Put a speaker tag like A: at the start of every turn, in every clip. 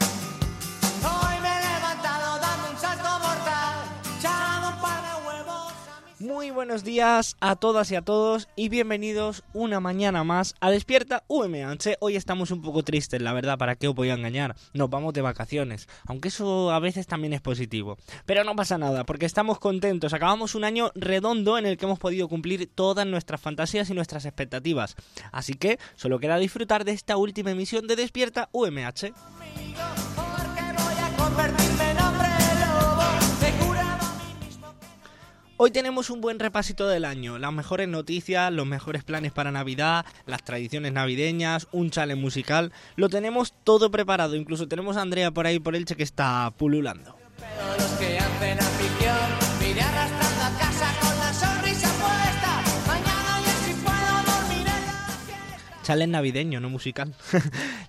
A: Hoy me he levantado dando un salto mortal, echado un par de huevos a mis...
B: Muy buenos días a todas y a todos y bienvenidos una mañana más a Despierta UMH. Hoy estamos un poco tristes, la verdad, ¿para qué os voy a engañar? Nos vamos de vacaciones, aunque eso a veces también es positivo. Pero no pasa nada, porque estamos contentos. Acabamos un año redondo en el que hemos podido cumplir todas nuestras fantasías y nuestras expectativas. Así que solo queda disfrutar de esta última emisión de Despierta UMH.
A: Porque voy a convertirme en hombre lobo, segura de mí mismo que...
B: Hoy tenemos un buen repasito del año, las mejores noticias, los mejores planes para Navidad, las tradiciones navideñas, un chale musical, lo tenemos todo preparado, incluso tenemos a Andrea por ahí por Elche que está pululando.
A: Pero los que hacen afición, vine arrastrando a casa con la sonrisa puesta. Mañana ya si puedo dormir en la fiesta.
B: Chale navideño, no musical.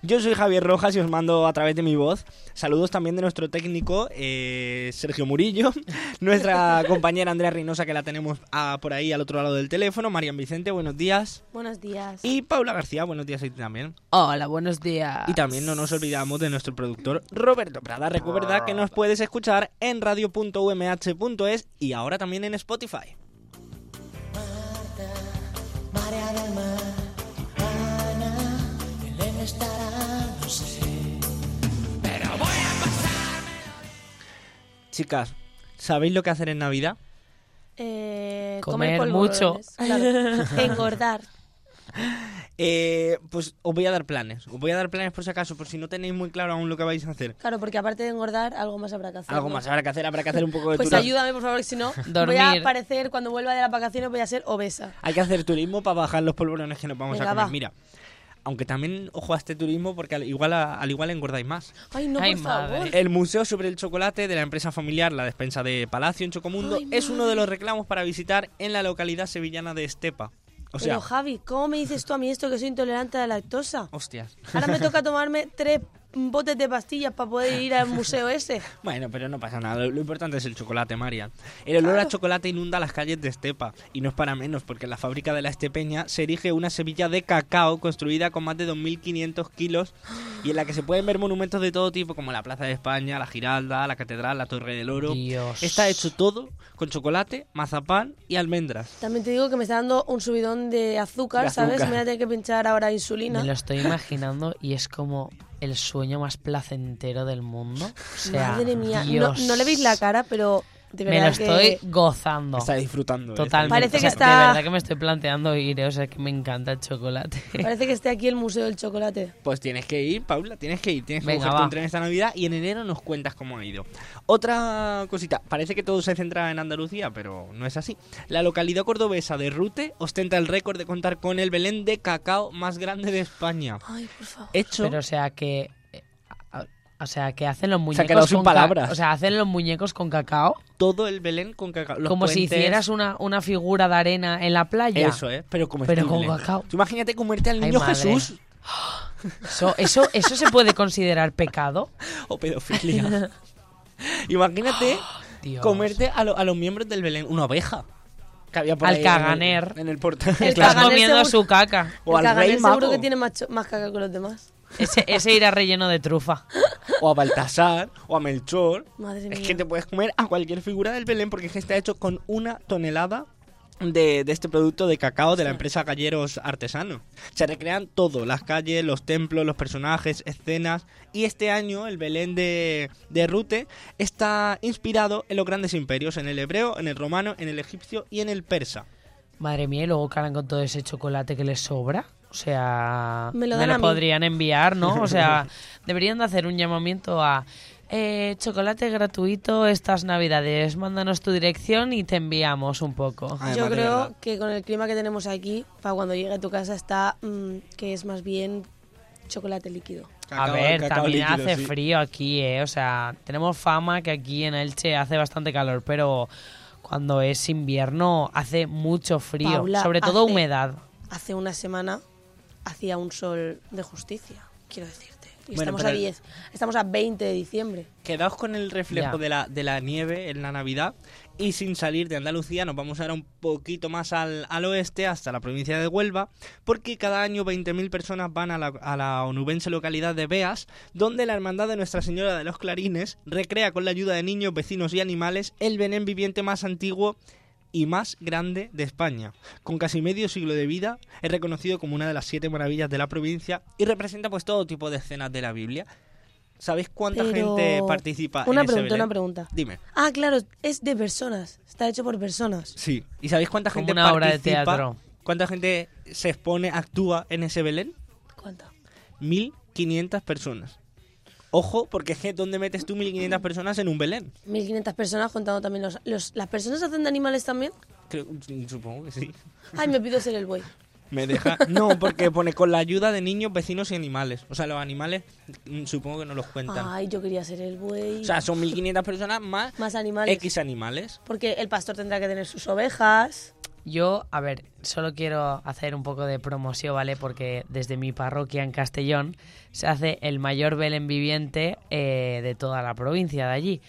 B: Yo soy Javier Rojas y os mando a través de mi voz saludos también de nuestro técnico eh, Sergio Murillo, nuestra compañera Andrea Reynosa que la tenemos ah, por ahí al otro lado del teléfono, Marian Vicente, buenos días.
C: Buenos días.
B: Y Paula García, buenos días a ti también.
D: Hola, buenos días.
B: Y también no nos olvidamos de nuestro productor Roberto Prada. Recuerda que nos puedes escuchar en radio.umh.es y ahora también en Spotify.
A: Marta, María del Mar, Ana, Belén estará, no sé. Pero voy a pasarme.
B: Chicas, ¿sabéis lo que hacer en Navidad?
C: Eh,
D: Comer
C: polvorones,
D: mucho.
C: claro. Engordar.
B: Eh, pues os voy a dar planes. Os voy a dar planes por si acaso, por si no tenéis muy claro aún lo que vais a hacer.
C: Claro, porque aparte de engordar, algo más habrá que hacer.
B: Algo
C: ¿no?
B: más habrá que hacer, habrá que hacer un poco de
C: Pues
B: turismo.
C: ayúdame, por favor, que si no, voy a
D: Dormir.
C: aparecer cuando vuelva de las vacaciones, voy a ser obesa.
B: Hay que hacer turismo para bajar los polvorones que nos vamos
C: Venga,
B: a comer.
C: va.
B: Mira, aunque también ojo a este turismo porque al igual, a- al igual engordáis más.
C: Ay, no,
D: Ay,
C: por
D: madre.
C: favor.
B: El Museo sobre el Chocolate de la empresa familiar La Despensa de Palacio en Chocomundo
C: Ay,
B: es uno
C: madre.
B: de los reclamos para visitar en la localidad sevillana de Estepa. O sea,
C: Pero Javi, ¿cómo me dices tú a mí esto que soy intolerante a la lactosa?
B: hostias.
C: Ahora me toca tomarme tres botes de pastillas para poder ir al museo ese.
B: Bueno, pero no pasa nada. Lo, lo importante es el chocolate, María. El olor a chocolate inunda las calles de Estepa. Y no es para menos, porque en la fábrica de la Estepeña se erige una semilla de cacao construida con más de 2.500 kilos y en la que se pueden ver monumentos de todo tipo, como la Plaza de España, la Giralda, la Catedral, la Torre del Oro.
D: Dios.
B: Está hecho todo con chocolate, mazapán y almendras.
C: También te digo que me está dando un subidón de azúcar,
B: De
C: ¿sabes?
B: azúcar.
C: Me voy a tener que pinchar ahora insulina.
D: Me lo estoy imaginando y es como el sueño más placentero del mundo. O sea,
C: Madre mía, no,
D: Dios.
C: no le veis la cara, pero de
D: Me
C: verdad
D: lo
C: que...
D: estoy gozando.
B: Está disfrutando. ¿eh?
D: Totalmente.
C: Parece
D: O
C: que
D: sea,
C: está-
D: De verdad que me estoy planteando ir, eh, o sea, que me encanta el chocolate.
B: Eh.
C: Parece que esté aquí el Museo del Chocolate.
B: Pues tienes que ir, Paula, tienes que ir, tienes que
D: Venga,
B: cogerte
D: va.
B: un tren esta Navidad y en enero nos cuentas cómo ha ido. Otra cosita, parece que todo se centra en Andalucía, pero no es así. La localidad cordobesa de Rute ostenta el récord de contar con el Belén de cacao más grande de España.
C: Ay, por favor.
B: Hecho,
D: Pero o sea que... eh, a- O sea, que hacen los muñecos
B: Se ha quedado sin
D: con ca-
B: palabras.
D: O sea, hacen los muñecos con cacao.
B: todo el Belén con cacao. Los
D: como si
B: puentes-
D: hicieras una, una figura de arena en la playa.
B: Eso, ¿eh? Pero como
D: Pero con cacao.
B: Tú imagínate comerte al
D: Ay,
B: niño
D: madre.
B: Jesús
D: Eso, eso, eso se puede considerar pecado.
B: o Oh, pedofilia. imagínate
D: Oh, Dios.
B: comerte a, lo- a los miembros del Belén una oveja. Que había por
D: Al
B: ahí en el-
D: caganer.
B: En el, portal.
C: El
D: Estás
C: Caganer
D: comiendo
C: seguro-
D: su caca.
B: O
C: el
B: al
C: Caganer
B: rey
C: seguro
B: mago.
C: que tiene más, cho- más caca que los demás.
D: Ese, ese irá relleno de trufa.
B: O a Baltasar. O a Melchor.
C: Madre mía.
B: Es que te puedes comer a cualquier figura del Belén porque es que está hecho con una tonelada de, de este producto de cacao de la empresa Galleros Artesano. Se recrean todo, las calles, los templos, los personajes, escenas. Y este año el Belén de, de Rute está inspirado en los grandes imperios, en el hebreo, en el romano, en el egipcio y en el persa.
D: Madre mía, y luego cargan con todo ese chocolate que les sobra. O sea,
C: Me lo dan a mí.
D: podrían enviar, ¿no? O sea, deberían de hacer un llamamiento a eh, chocolate gratuito estas navidades. Mándanos tu dirección y te enviamos un poco.
B: Además
C: Yo
B: de
C: creo
B: Ah, verdad.
C: que con el clima que tenemos aquí, para cuando llegue a tu casa está mm, que es más bien chocolate líquido.
D: A
B: Cacao-
D: ver,
B: cacao
D: también
B: líquido,
D: hace
B: sí.
D: frío aquí, ¿eh? O sea, tenemos fama que aquí en Elche hace bastante calor, pero cuando es invierno hace mucho frío,
C: Paula,
D: sobre todo
C: hace-
D: humedad.
C: Hace una semana hacía un sol de justicia, quiero decirte. Y
B: Bueno,
C: estamos
B: pero
C: a
B: el-
C: 10, estamos a 20 de diciembre.
B: Quedaos con el reflejo
D: Ya.
B: de la, de la nieve en la Navidad y sin salir de Andalucía nos vamos ahora un poquito más al, al oeste, hasta la provincia de Huelva, porque cada año 20.000 personas van a la, a la onubense localidad de Beas, donde la Hermandad de Nuestra Señora de los Clarines recrea con la ayuda de niños, vecinos y animales el Belén viviente más antiguo y más grande de España. Con casi medio siglo de vida, es reconocido como una de las siete maravillas de la provincia y representa pues todo tipo de escenas de la Biblia. ¿Sabéis cuánta
C: Pero-
B: gente participa
C: Una
B: en ese
C: pregunta,
B: Belén?
C: una pregunta.
B: Dime.
C: Ah, claro, es de personas, está hecho por personas.
B: Sí. ¿Y sabéis cuánta
D: Como
B: gente
D: una obra de
B: participa?
D: teatro.
B: ¿Cuánta gente se expone, actúa en ese Belén?
C: ¿Cuánto?
B: 1500 personas. Ojo, porque es que ¿dónde metes tú 1500 personas en un Belén?
C: 1500 personas contando también los, los- las personas hacen de animales también.
B: Creo- supongo que sí.
C: Ay, me pido ser el buey.
B: Me deja. No, porque pone con la ayuda de niños, vecinos y animales. O sea, los animales mm, supongo que no los cuentan.
C: Ay, yo quería ser el buey.
B: O sea, son 1500 personas más,
C: más animales.
B: X animales.
C: Porque el pastor tendrá que tener sus ovejas.
D: Yo, a ver, solo quiero hacer un poco de promoción, ¿vale? Porque desde mi parroquia en Castellón se hace el mayor Belén viviente eh, de toda la provincia de allí.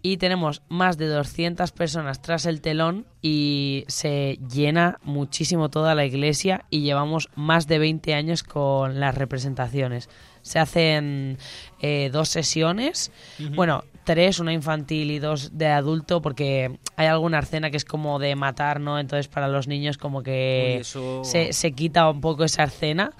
D: Y tenemos más de 200 personas tras el telón y se llena muchísimo toda la iglesia y llevamos más de 20 años con las representaciones. Se hacen eh, dos sesiones, bueno, tres, una infantil y dos de adulto, porque hay alguna escena que es como de matar, ¿no? Entonces para los niños como que
B: Uy, eso-
D: se, se quita un poco esa escena.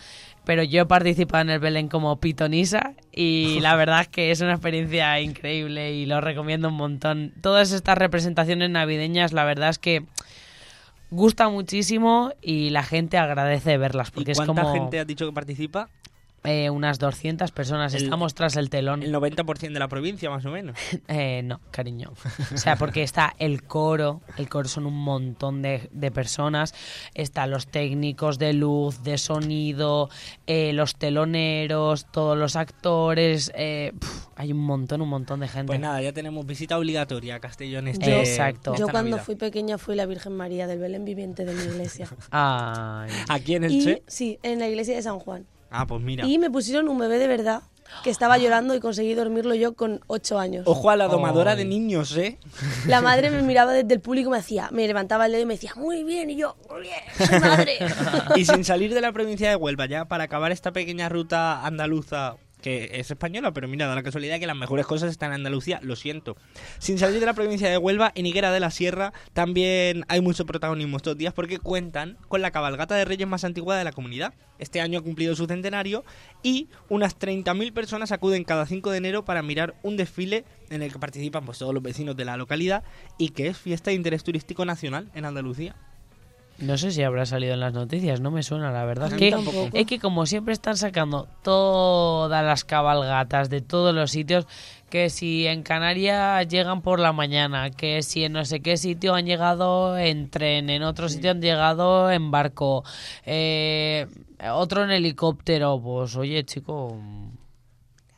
D: Pero yo he participado en el Belén como pitonisa y la verdad es que es una experiencia increíble y lo recomiendo un montón. Todas estas representaciones navideñas, la verdad es que gusta muchísimo y la gente agradece verlas
B: ¿Y
D: porque es
B: cuánta
D: como
B: gente has dicho que participa?
D: eh, unas 200 personas.
B: El-
D: Estamos tras el telón.
B: El 90% de la provincia, más o menos.
D: Eh, no, cariño. O sea, porque está el coro, el coro son un montón de, de personas, están los técnicos de luz, de sonido, eh, los teloneros, todos los actores, eh, pf, hay un montón, un montón de gente.
B: Pues nada, ya tenemos visita obligatoria a Castellón este,
D: Yo- Exacto.
C: Yo
B: esta
C: cuando
B: Navidad.
C: fui pequeña fui la Virgen María del Belén viviente de mi iglesia.
D: Ay.
B: Aquí en el
C: y,
B: Che.
C: sí, en la iglesia de San Juan.
B: Ah, pues mira. Ah.
C: Y me pusieron un bebé de verdad que estaba llorando y conseguí dormirlo yo con ocho años.
B: Ojo a la domadora
D: Ay.
B: de niños, ¿eh?
C: La madre me miraba desde el público y me hacía, me levantaba el dedo y me decía, muy bien, y yo, muy bien, soy madre.
B: y sin salir de la provincia de Huelva, ya para acabar esta pequeña ruta andaluza que es española, pero mira, da la casualidad que las mejores cosas están en Andalucía, lo siento. Sin salir de la provincia de Huelva, en Higuera de la Sierra también hay mucho protagonismo estos días porque cuentan con la cabalgata de reyes más antigua de la comunidad. Este año ha cumplido su centenario y unas 30.000 personas acuden cada 5 de enero para mirar un desfile en el que participan pues, todos los vecinos de la localidad y que es fiesta de interés turístico nacional en Andalucía.
D: No sé si habrá salido en las noticias, no me suena, la verdad.
B: A
D: Es
B: mí
D: que,
C: tampoco.
D: es que como siempre están sacando todas las cabalgatas de todos los sitios, que si en Canarias llegan por la mañana, que si en no sé qué sitio han llegado en tren, en otro sitio han llegado en barco, eh, otro en helicóptero, pues oye chico,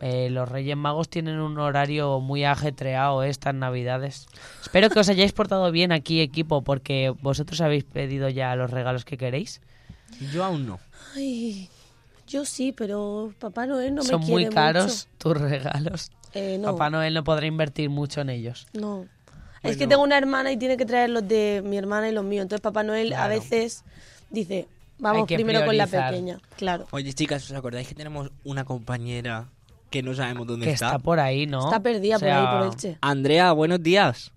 D: eh, los Reyes Magos tienen un horario muy ajetreado eh, estas Navidades. Espero que os hayáis portado bien aquí, equipo, porque vosotros habéis pedido ya los regalos que queréis.
B: Yo aún no.
C: Ay, yo sí, pero Papá Noel no
D: Son
C: me
D: muy
C: quiere
D: caros tus regalos.
C: mucho. Eh, no,
D: Papá Noel no podrá invertir mucho en ellos.
C: no. Es que tengo una hermana y tiene que traer los de mi hermana y los míos. Entonces Papá Noel a
D: Claro.
C: veces dice, vamos
D: que
C: primero con la
D: priorizar.
C: pequeña. Claro.
B: Oye, chicas, ¿os acordáis que tenemos una compañera que no sabemos dónde
D: Que
B: está?
D: está por ahí, ¿no?
C: Está perdida
D: O sea,
C: por ahí, por el Che.
B: Andrea, buenos días.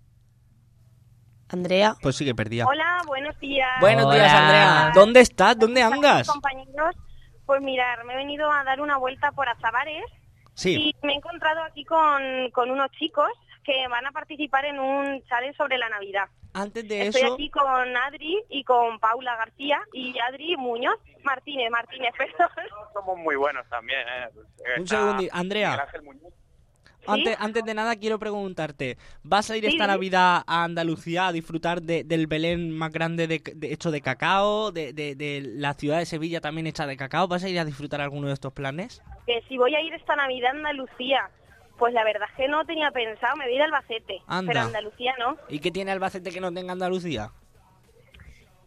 C: Andrea,
B: Pues sí que perdía.
E: Hola, buenos días.
B: Buenos
D: Hola.
B: días, Andrea. ¿Dónde estás? ¿Dónde andas?
E: Compañeros, pues mirar, me he venido a dar una vuelta por Azabares
B: Sí.
E: y me he encontrado aquí con, con unos chicos que van a participar en un challenge sobre la Navidad.
B: Antes de
E: Estoy
B: eso,
E: aquí con Adri y con Paula García y Adri Muñoz Martínez, Martínez, perdón.
F: somos muy buenos también, ¿eh?
B: un
F: Está
B: segundo, Andrea.
F: Miguel Ángel Muñoz.
B: Antes, antes de nada quiero preguntarte, ¿vas a ir
E: Sí,
B: esta
E: dime.
B: Navidad a Andalucía a disfrutar de- del Belén más grande de, de- hecho de cacao, de, de- de la ciudad de Sevilla también hecha de cacao? ¿Vas a ir a disfrutar alguno de estos planes?
E: Que si voy a ir esta Navidad a Andalucía, pues la verdad es que no tenía pensado, me voy a ir a Albacete,
B: Anda.
E: pero a Andalucía no.
B: ¿Y qué tiene Albacete que no tenga Andalucía?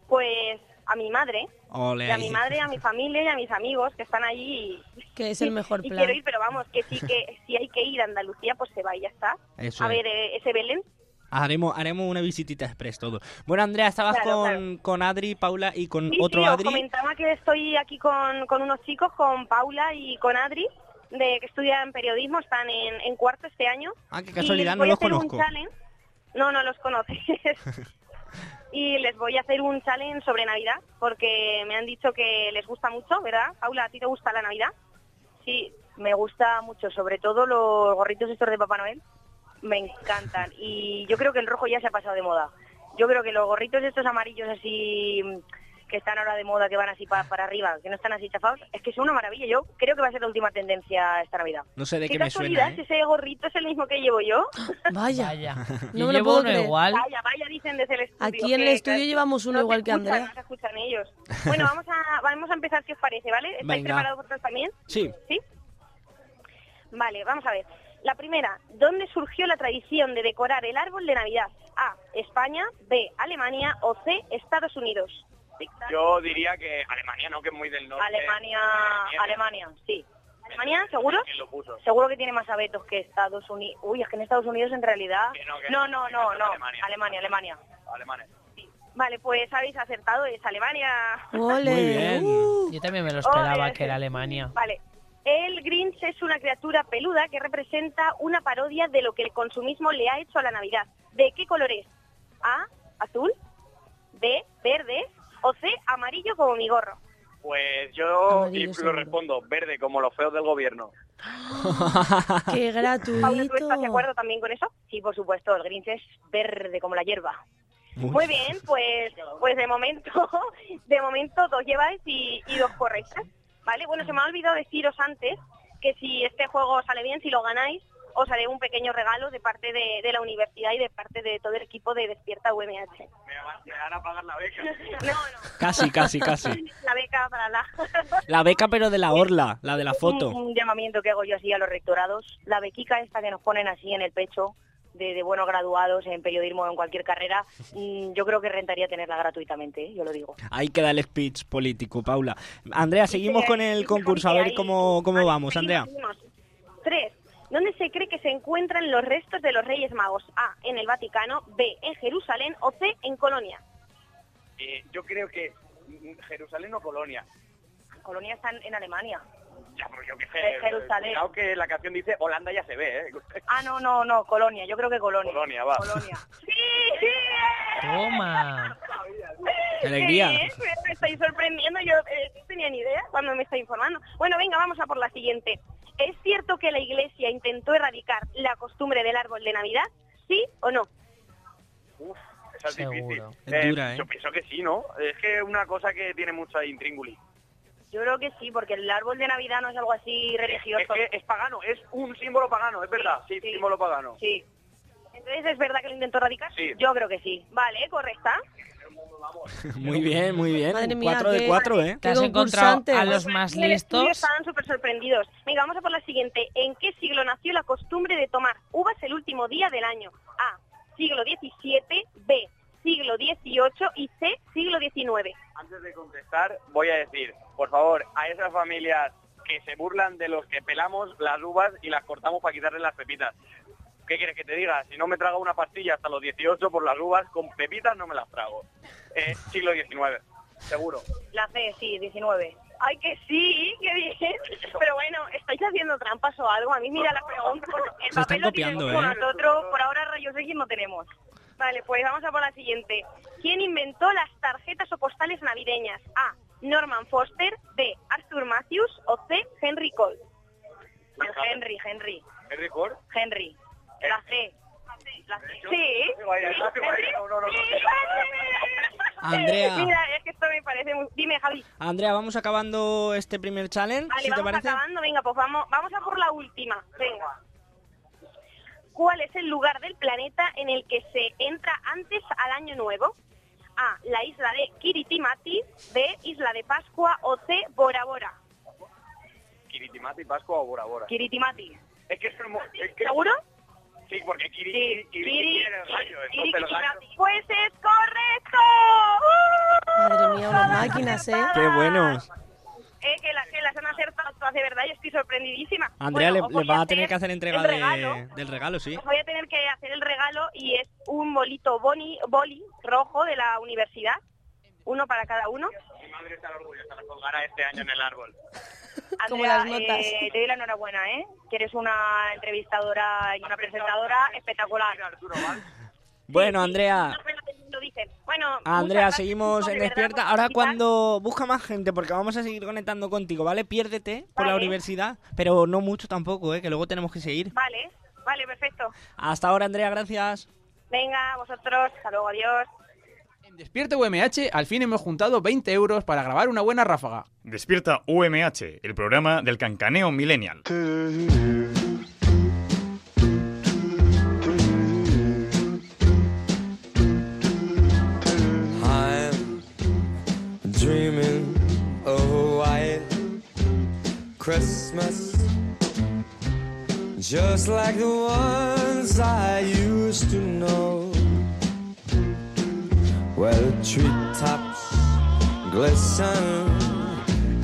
E: Pues a mi madre,
B: Ole,
E: y a
B: ahí.
E: mi madre, a mi familia y a mis amigos que están allí y,
C: Que es el mejor
E: y
C: plan.
E: quiero ir, pero vamos, que sí que si hay que ir a Andalucía, pues se va y ya está.
B: Eso
E: a
B: es.
E: ver, eh, ese Belén,
B: Haremos, haremos una visitita express todo. Bueno, Andrea, estabas
E: Claro,
B: con,
E: claro.
B: con Adri, Paula y con
E: Sí,
B: Mm, otro
E: sí, os
B: Adri.
E: comentaba que estoy aquí con, con unos chicos, con Paula y con Adri, de que estudian periodismo, están en, en cuarto este año.
B: Ah, qué
E: Y
B: casualidad,
E: les
B: no
E: voy a
B: los
E: hacer un
B: conozco.
E: challenge. No, no los conoces. y les voy a hacer un challenge sobre Navidad, porque me han dicho que les gusta mucho, ¿verdad? Paula, ¿a ti te gusta la Navidad?
F: Sí, me gusta mucho, sobre todo los gorritos estos de Papá Noel. Me encantan. Y yo creo que el rojo ya se ha pasado de moda. Yo creo que los gorritos estos amarillos así mm, que están ahora de moda, que van así pa- para arriba, que no están así chafados, es que son una maravilla. Yo creo que va a ser la última tendencia esta Navidad.
B: No sé de
E: ¿Qué,
B: qué, me
E: casualidad?
B: suena,
E: si
B: ¿eh?
E: Ese gorrito es el mismo que llevo yo.
C: Vaya.
D: Vaya.
C: No
D: Yo
C: me lo
D: llevo
C: puedo
D: uno
C: creer.
D: igual.
E: Vaya, vaya, dicen desde el estudio.
C: Aquí en el
E: que-
C: estudio llevamos uno
E: no
C: igual
E: te
C: que
E: escuchan,
C: Andrea.
E: No se escuchan ellos. Bueno, vamos a, vamos a empezar, si os parece, ¿vale? ¿Estáis
B: Venga.
E: preparados vosotros también?
B: Sí,
E: ¿Sí? Vale, vamos a ver. La primera, ¿dónde surgió la tradición de decorar el árbol de Navidad? A, España, B, Alemania o C, Estados Unidos. Tic-tac.
G: Yo diría que Alemania, no, que es muy del norte.
F: Alemania,
G: Alemania.
F: Alemania, sí. Alemania, seguro.
G: ¿Quién lo puso?
F: Seguro que tiene más abetos que Estados Unidos. Uy, es que en Estados Unidos en realidad.
G: Que no, que
F: No,
G: no,
F: no,
G: que
F: no,
G: no,
F: no.
G: Alemania.
F: Alemania, Alemania.
G: Alemanes.
E: Vale, pues habéis acertado, es Alemania.
C: Ole.
B: Muy bien.
C: uh.
D: Yo también me lo esperaba
E: Ole.
D: que era Alemania.
E: Vale. El Grinch es una criatura peluda que representa una parodia de lo que el consumismo le ha hecho a la Navidad. ¿De qué color es? A, azul, B, verde o C, amarillo como mi gorro.
G: Pues yo
C: Amarillo
G: y lo
C: seguro.
G: respondo, verde, como los feos del gobierno.
C: Qué
E: Paula, ¿tú
C: gratuito.
E: estás de acuerdo también con eso?
F: Sí, por supuesto, el Grinch es verde como la hierba.
B: Muy-
E: Muy bien, pues, pues de momento, de momento dos lleváis y, y dos correctas, ¿vale? Bueno, se me ha olvidado deciros antes que si este juego sale bien, si lo ganáis, os haré un pequeño regalo de parte de, de la universidad y de parte de todo el equipo de Despierta UMH.
G: Me, va- me van a pagar la beca.
E: No, no,
B: Casi, casi, casi.
E: la beca para la...
B: La beca pero de la orla, la de la
F: Un,
B: foto.
F: un llamamiento que hago yo así a los rectorados. La bequica esta que nos ponen así en el pecho de, de buenos graduados en periodismo o en cualquier carrera, mm, yo creo que rentaría tenerla gratuitamente, ¿eh? yo lo digo.
B: Ahí queda el speech político, Paula. Andrea, Ah, seguimos
E: Dice-
B: con el
E: dice
B: concurso, a
E: Javi que
B: ver
E: hay-
B: cómo,
E: Ah,
B: cómo vamos,
E: seguimos,
B: Andrea.
E: seguimos. Tres. ¿Dónde se cree que se encuentran los restos de los Reyes Magos? A. En el Vaticano. B. En Jerusalén. O C. En Colonia.
G: Eh, yo creo que mm, Jerusalén o Colonia.
F: Colonia está en, en Alemania.
G: Ya, pero yo qué sé.
F: Es Jerusalén.
G: Cuidado que la canción dice Holanda ya se ve, ¿eh?
F: Ah, no, no, no, Colonia, yo creo que Colonia.
G: Colonia, va.
F: Colonia.
E: ¡Sí! ¡Sí!
D: Toma.
B: Qué alegría.
E: Qué bien, Me estáis sorprendiendo. Yo eh, no tenía ni idea cuando me está informando. Bueno, venga, vamos a por la siguiente. ¿Es cierto que la Iglesia intentó erradicar la costumbre del árbol de Navidad? ¿Sí o no?
G: Uf, esa es
D: Seguro.
G: difícil.
B: Es dura, ¿eh?
G: Yo pienso que sí, ¿no? Es que es una cosa que tiene mucha intríngulis.
F: Yo creo que sí, porque el árbol de Navidad no es algo así religioso.
G: Es que es pagano, es un símbolo pagano, es verdad. Sí,
F: sí.
G: símbolo pagano.
F: Sí.
E: Entonces, ¿es verdad que lo intentó erradicar?
G: Sí.
F: Yo creo que sí.
E: Vale, correcta.
B: Muy bien, muy bien.
C: Madre mía,
B: 4 de
C: qué-
B: 4, ¿eh?
D: Te
C: Qué
D: has encontrado
C: concursantes.
D: a los más
E: En el estudio
D: listos.
E: Estaban súper sorprendidos. Venga, vamos a por la siguiente. ¿En qué siglo nació la costumbre de tomar uvas el último día del año? A. Siglo XVII. B. Siglo XVIII. Y C. Siglo XIX.
G: Antes de contestar, voy a decir, por favor, a esas familias que se burlan de los que pelamos las uvas y las cortamos para quitarle las pepitas. ¿Qué quieres que te diga? Si no me trago una pastilla hasta los 18 por las uvas, con pepitas no me las trago. Eh, siglo XIX, seguro.
F: La C, sí, 19.
E: Ay, que sí, qué bien. Pero bueno, ¿estáis haciendo trampas o algo? A mí mira la pregunta. El
B: Se están
E: papel lo tienen
B: copiando,
E: con
B: ¿eh?
E: nosotros. Por ahora rayos X no tenemos. Vale, pues vamos a por la siguiente. ¿Quién inventó las tarjetas o postales navideñas? A. Norman Foster. B. Arthur Matthews. O C. Henry Cole.
F: El Henry, Henry,
G: ¿Henry Ford?
F: Henry. La C. La C.
E: Sí.
G: No, no, no, no.
B: Andrea.
E: Mira, es que esto me parece muy... Dime, Javi.
B: Andrea, vamos acabando este primer challenge,
E: Vale,
B: si te
E: vamos
B: parece.
E: acabando. Venga, pues vamos, vamos a por la última. Venga. ¿Cuál es el lugar del planeta en el que se entra antes al año nuevo? A. La isla de Kiritimati. B. Isla de Pascua. O C. Bora Bora.
G: Kiritimati, Pascua o Bora Bora.
E: Kiritimati.
G: Es que es un mo- es que-
E: ¿Seguro?
G: Sí, porque Kiri,
E: Sí.
G: Kiri, Kiri,
E: Kiri,
G: tiene el gallo,
E: Kiri
G: entonces el gallo-
E: Kiritimati. Pues es correcto. ¡Uh!
C: Madre mía, unas máquinas, ¿eh?
B: ¡Qué bueno!
E: Eh, que, las, que las han acertado todas, de verdad, yo estoy sorprendidísima.
B: Andrea
E: Bueno, os
B: le,
E: voy
B: le va a tener que hacer
E: el
B: entrega de-
E: regalo.
B: del regalo, sí.
E: Os voy a tener que hacer el regalo y es un bolito boni, boli rojo de la universidad, uno para cada uno.
G: Mi madre está orgullosa, la colgará este año en el árbol.
E: Andrea,
C: Como las notas.
E: eh, te doy la enhorabuena, ¿eh? Que eres una entrevistadora y una presentadora espectacular.
G: Mira, Arturo, ¿vale?
B: Bueno, Andrea.
E: No sé lo que lo dicen. Bueno, muchas
B: Andrea,
E: gracias,
B: seguimos
E: chicos,
B: en
E: de verdad,
B: Despierta.
E: por
B: Ahora
E: participar.
B: cuando busca más gente, porque vamos a seguir conectando contigo, ¿vale? Piérdete por la
E: Vale.
B: universidad, pero no mucho tampoco, ¿eh? Que luego tenemos que seguir.
E: Vale, vale, perfecto.
B: Hasta ahora, Andrea, gracias.
E: Venga, vosotros, hasta luego, adiós.
H: En Despierta UMH al fin hemos juntado 20 euros para grabar una buena ráfaga.
I: Despierta UMH, el programa del cancaneo millennial.
A: I'm dreaming of a white Christmas, just like the ones I used to know, where the treetops glisten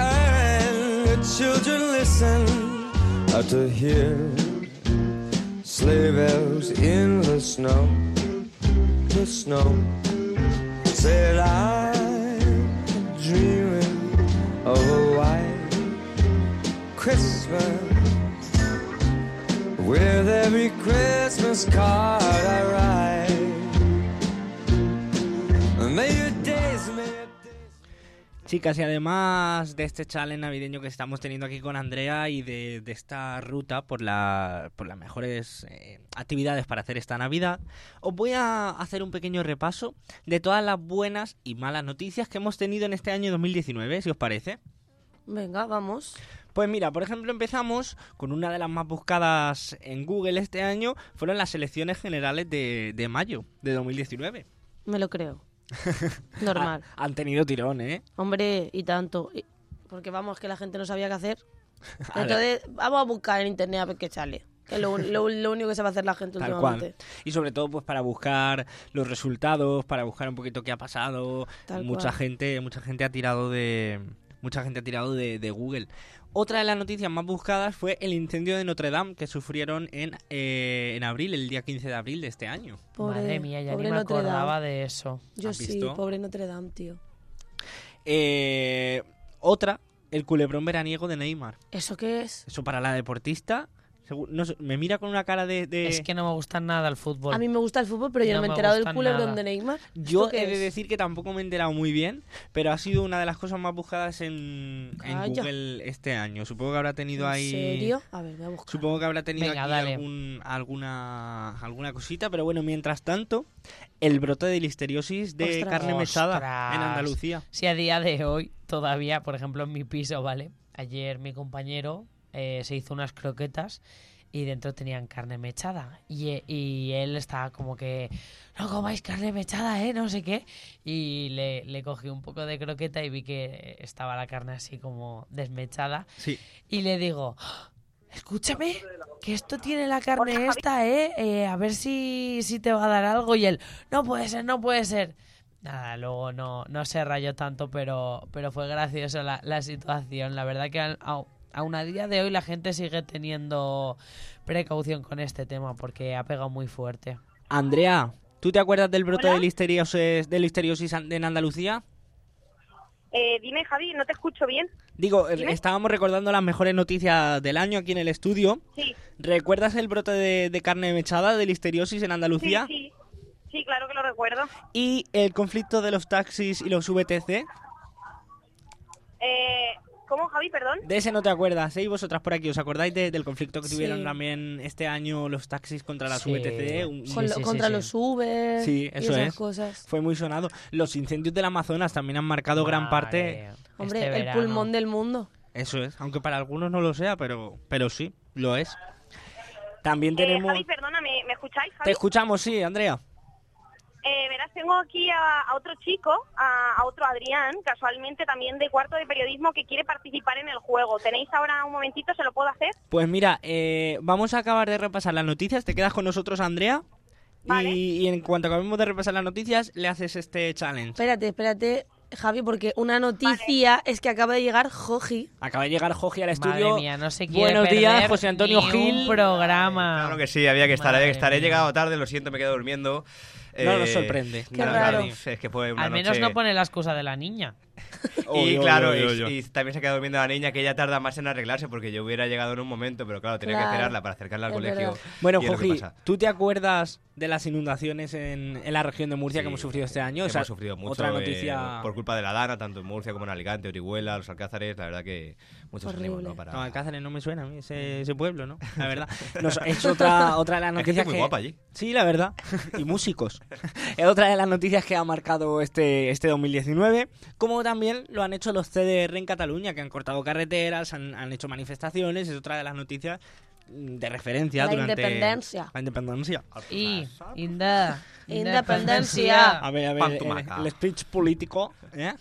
A: and the children listen out to hear sleigh bells in the snow, the snow said I'm dreaming of a white Christmas with every Christmas card I write. May your days, may your days.
B: Chicas, y además de este challenge navideño que estamos teniendo aquí con Andrea y de, de esta ruta por, la, por las mejores eh, actividades para hacer esta Navidad, os voy a hacer un pequeño repaso de todas las buenas y malas noticias que hemos tenido en este año 2019, si os parece.
C: Venga, vamos.
B: Pues mira, por ejemplo, empezamos con una de las más buscadas en Google este año, fueron las elecciones generales de, de mayo de 2019.
C: Me lo creo. Normal.
B: Ha- han tenido tirón, ¿eh?
C: Hombre, y tanto. Y- Porque vamos, que la gente no sabía qué hacer.
B: A ver.
C: Entonces, vamos a buscar en internet a ver qué sale. Que es lo, lo- lo único que se va a hacer la gente
B: Tal cual.
C: últimamente.
B: Y sobre todo, pues para buscar los resultados, para buscar un poquito qué ha pasado.
C: Tal
B: mucha
C: cual.
B: gente, mucha gente ha tirado de. Mucha gente ha tirado de, de Google. Otra de las noticias más buscadas fue el incendio de Notre Dame que sufrieron en, eh, en abril, el día 15 de abril de este año.
D: Madre mía, ya ni
C: pobre
D: me
C: Notre Dame.
D: acordaba de eso.
C: Yo
B: ¿Has
C: sí,
B: visto?
C: pobre Notre Dame, tío.
B: Eh, otra, el culebrón veraniego de Neymar.
C: ¿Eso qué es?
B: Eso para la deportista. segu- no sé, me mira con una cara de. de-
D: Es que no me gusta nada el fútbol.
C: A mí me gusta el fútbol, pero yo
D: No
C: no me he
D: me
C: enterado
D: gusta
C: del culebrón
D: nada.
C: de Neymar. ¿Esto
B: Yo
C: qué
B: he de
C: es?
B: decir que tampoco me he enterado muy bien, pero ha sido una de las cosas más buscadas en, en
C: Calla.
B: Google este año. Supongo que habrá tenido
C: ¿En
B: ahí.
C: serio? A ver, voy a buscar.
B: Supongo que habrá tenido
D: Venga,
B: aquí
D: dale.
B: algún- alguna, alguna cosita, pero bueno, mientras tanto, el brote de listeriosis de
C: Ostras.
B: carne mechada
D: Ostras.
B: en Andalucía.
D: Si a día de hoy todavía, por ejemplo, en mi piso, ¿vale? Ayer mi compañero eh, se hizo unas croquetas y dentro tenían carne mechada. Y, e- y él estaba como que, no comáis carne mechada, ¿eh? No sé qué. Y le, le cogí un poco de croqueta y vi que estaba la carne así como desmechada.
B: Sí.
D: Y le digo, "Ah, escúchame, que esto tiene la carne esta, ¿eh? Eh, a ver si, si te va a dar algo. Y él, no puede ser, no puede ser. Nada, luego no, no se rayó tanto, pero, pero fue gracioso la, la situación. La verdad que al- au- aún a día de hoy la gente sigue teniendo precaución con este tema porque ha pegado muy fuerte.
B: Andrea, ¿tú te acuerdas del brote
E: Hola.
B: de listeriosis, de listeriosis an- en Andalucía?
E: Eh, dime, Javi, no te escucho bien.
B: Digo, eh,
E: Dime.
B: estábamos recordando las mejores noticias del año aquí en el estudio.
E: Sí.
B: ¿Recuerdas el brote de, de carne mechada de listeriosis en
E: Sí,
B: Andalucía?
E: sí. Sí, claro que lo recuerdo.
B: ¿Y el conflicto de los taxis y los VTC?
E: Eh, ¿Cómo, Javi? Perdón.
B: De ese no te acuerdas, ¿eh? Y vosotras por aquí, ¿os acordáis de- del conflicto que
C: Sí.
B: tuvieron también este año los taxis contra las
D: Sí.
B: VTC? Un-
D: Sí,
C: Con lo-
D: sí, sí,
C: contra
D: sí.
C: los Uber
B: Sí,
C: y
B: eso
C: esas
B: es.
C: cosas.
B: Fue muy sonado. Los incendios del Amazonas también han marcado gran parte.
D: Madre,
C: Hombre,
D: este
C: el
D: verano.
C: pulmón del mundo.
B: Eso es, aunque para algunos no lo sea, pero, pero sí, lo es. También
E: Eh,
B: tenemos...
E: Javi, perdóname, ¿me escucháis, Javi?
B: Te escuchamos, sí, Andrea.
E: Eh, verás, tengo aquí a, a otro chico, a, a otro Adrián, casualmente también de cuarto de periodismo, que quiere participar en el juego. ¿Tenéis ahora un momentito? ¿Se lo puedo hacer?
B: Pues mira, eh, vamos a acabar de repasar las noticias. Te quedas con nosotros, Andrea. Y, y en cuanto acabemos de repasar las noticias, le haces este challenge.
C: Espérate, espérate, Javi, porque una noticia es que acaba de llegar Joji.
B: Acaba de llegar Joji al estudio.
D: Madre mía, no se quiere
B: Buenos días,
D: perder
B: José Antonio
D: ni
B: Gil.
D: un programa.
J: Claro que sí, había que estar, había que estar. He
D: mía.
J: llegado tarde, lo siento, me quedé durmiendo.
B: No
J: Eh,
B: nos sorprende.
J: no,
B: Qué
J: claro,
B: raro.
J: Es que fue una
D: Al menos
J: noche-
D: no pone la excusa de la niña.
J: Y
I: Oy, oy,
J: claro,
I: oy,
J: y-
I: oy, oy.
J: Y, también se quedó durmiendo la niña, que ella tarda más en arreglarse porque yo hubiera llegado en un momento, pero claro, tenía
C: Claro.
J: que esperarla para acercarla al
C: Es
J: colegio.
C: verdad.
B: Bueno,
J: y es lo que
B: Joji,
J: pasa.
B: ¿tú te acuerdas de las inundaciones en, en la región de Murcia que
J: Sí,
B: hemos sufrido este año?
J: que
B: O sea,
J: hemos sufrido mucho
B: Otra
J: eh,
B: noticia.
J: por culpa de la Dana, tanto en Murcia como en Alicante, Orihuela, los Alcázares, la verdad que muchos
C: Horrible.
J: ánimos, ¿no? Para...
B: No, Alcázares no me suena a mí, ese, ese pueblo, Mm. ¿no? La verdad. Nos- es otra, otra de las
J: Hay gente
B: noticias
J: muy guapa allí.
B: Sí, la verdad. Y músicos. Es otra de las noticias que ha marcado este, este 2019. Como también lo han hecho los CDR en Cataluña, que han cortado carreteras, han, han hecho manifestaciones. Es otra de las noticias mm, de referencia
C: La
B: durante...
C: independencia.
B: La independencia.
J: Ah,
D: Y inda,
C: Independencia.
B: A ver, a ver,
J: Pan
B: el,
J: tumaca.
B: el speech político. ¿eh?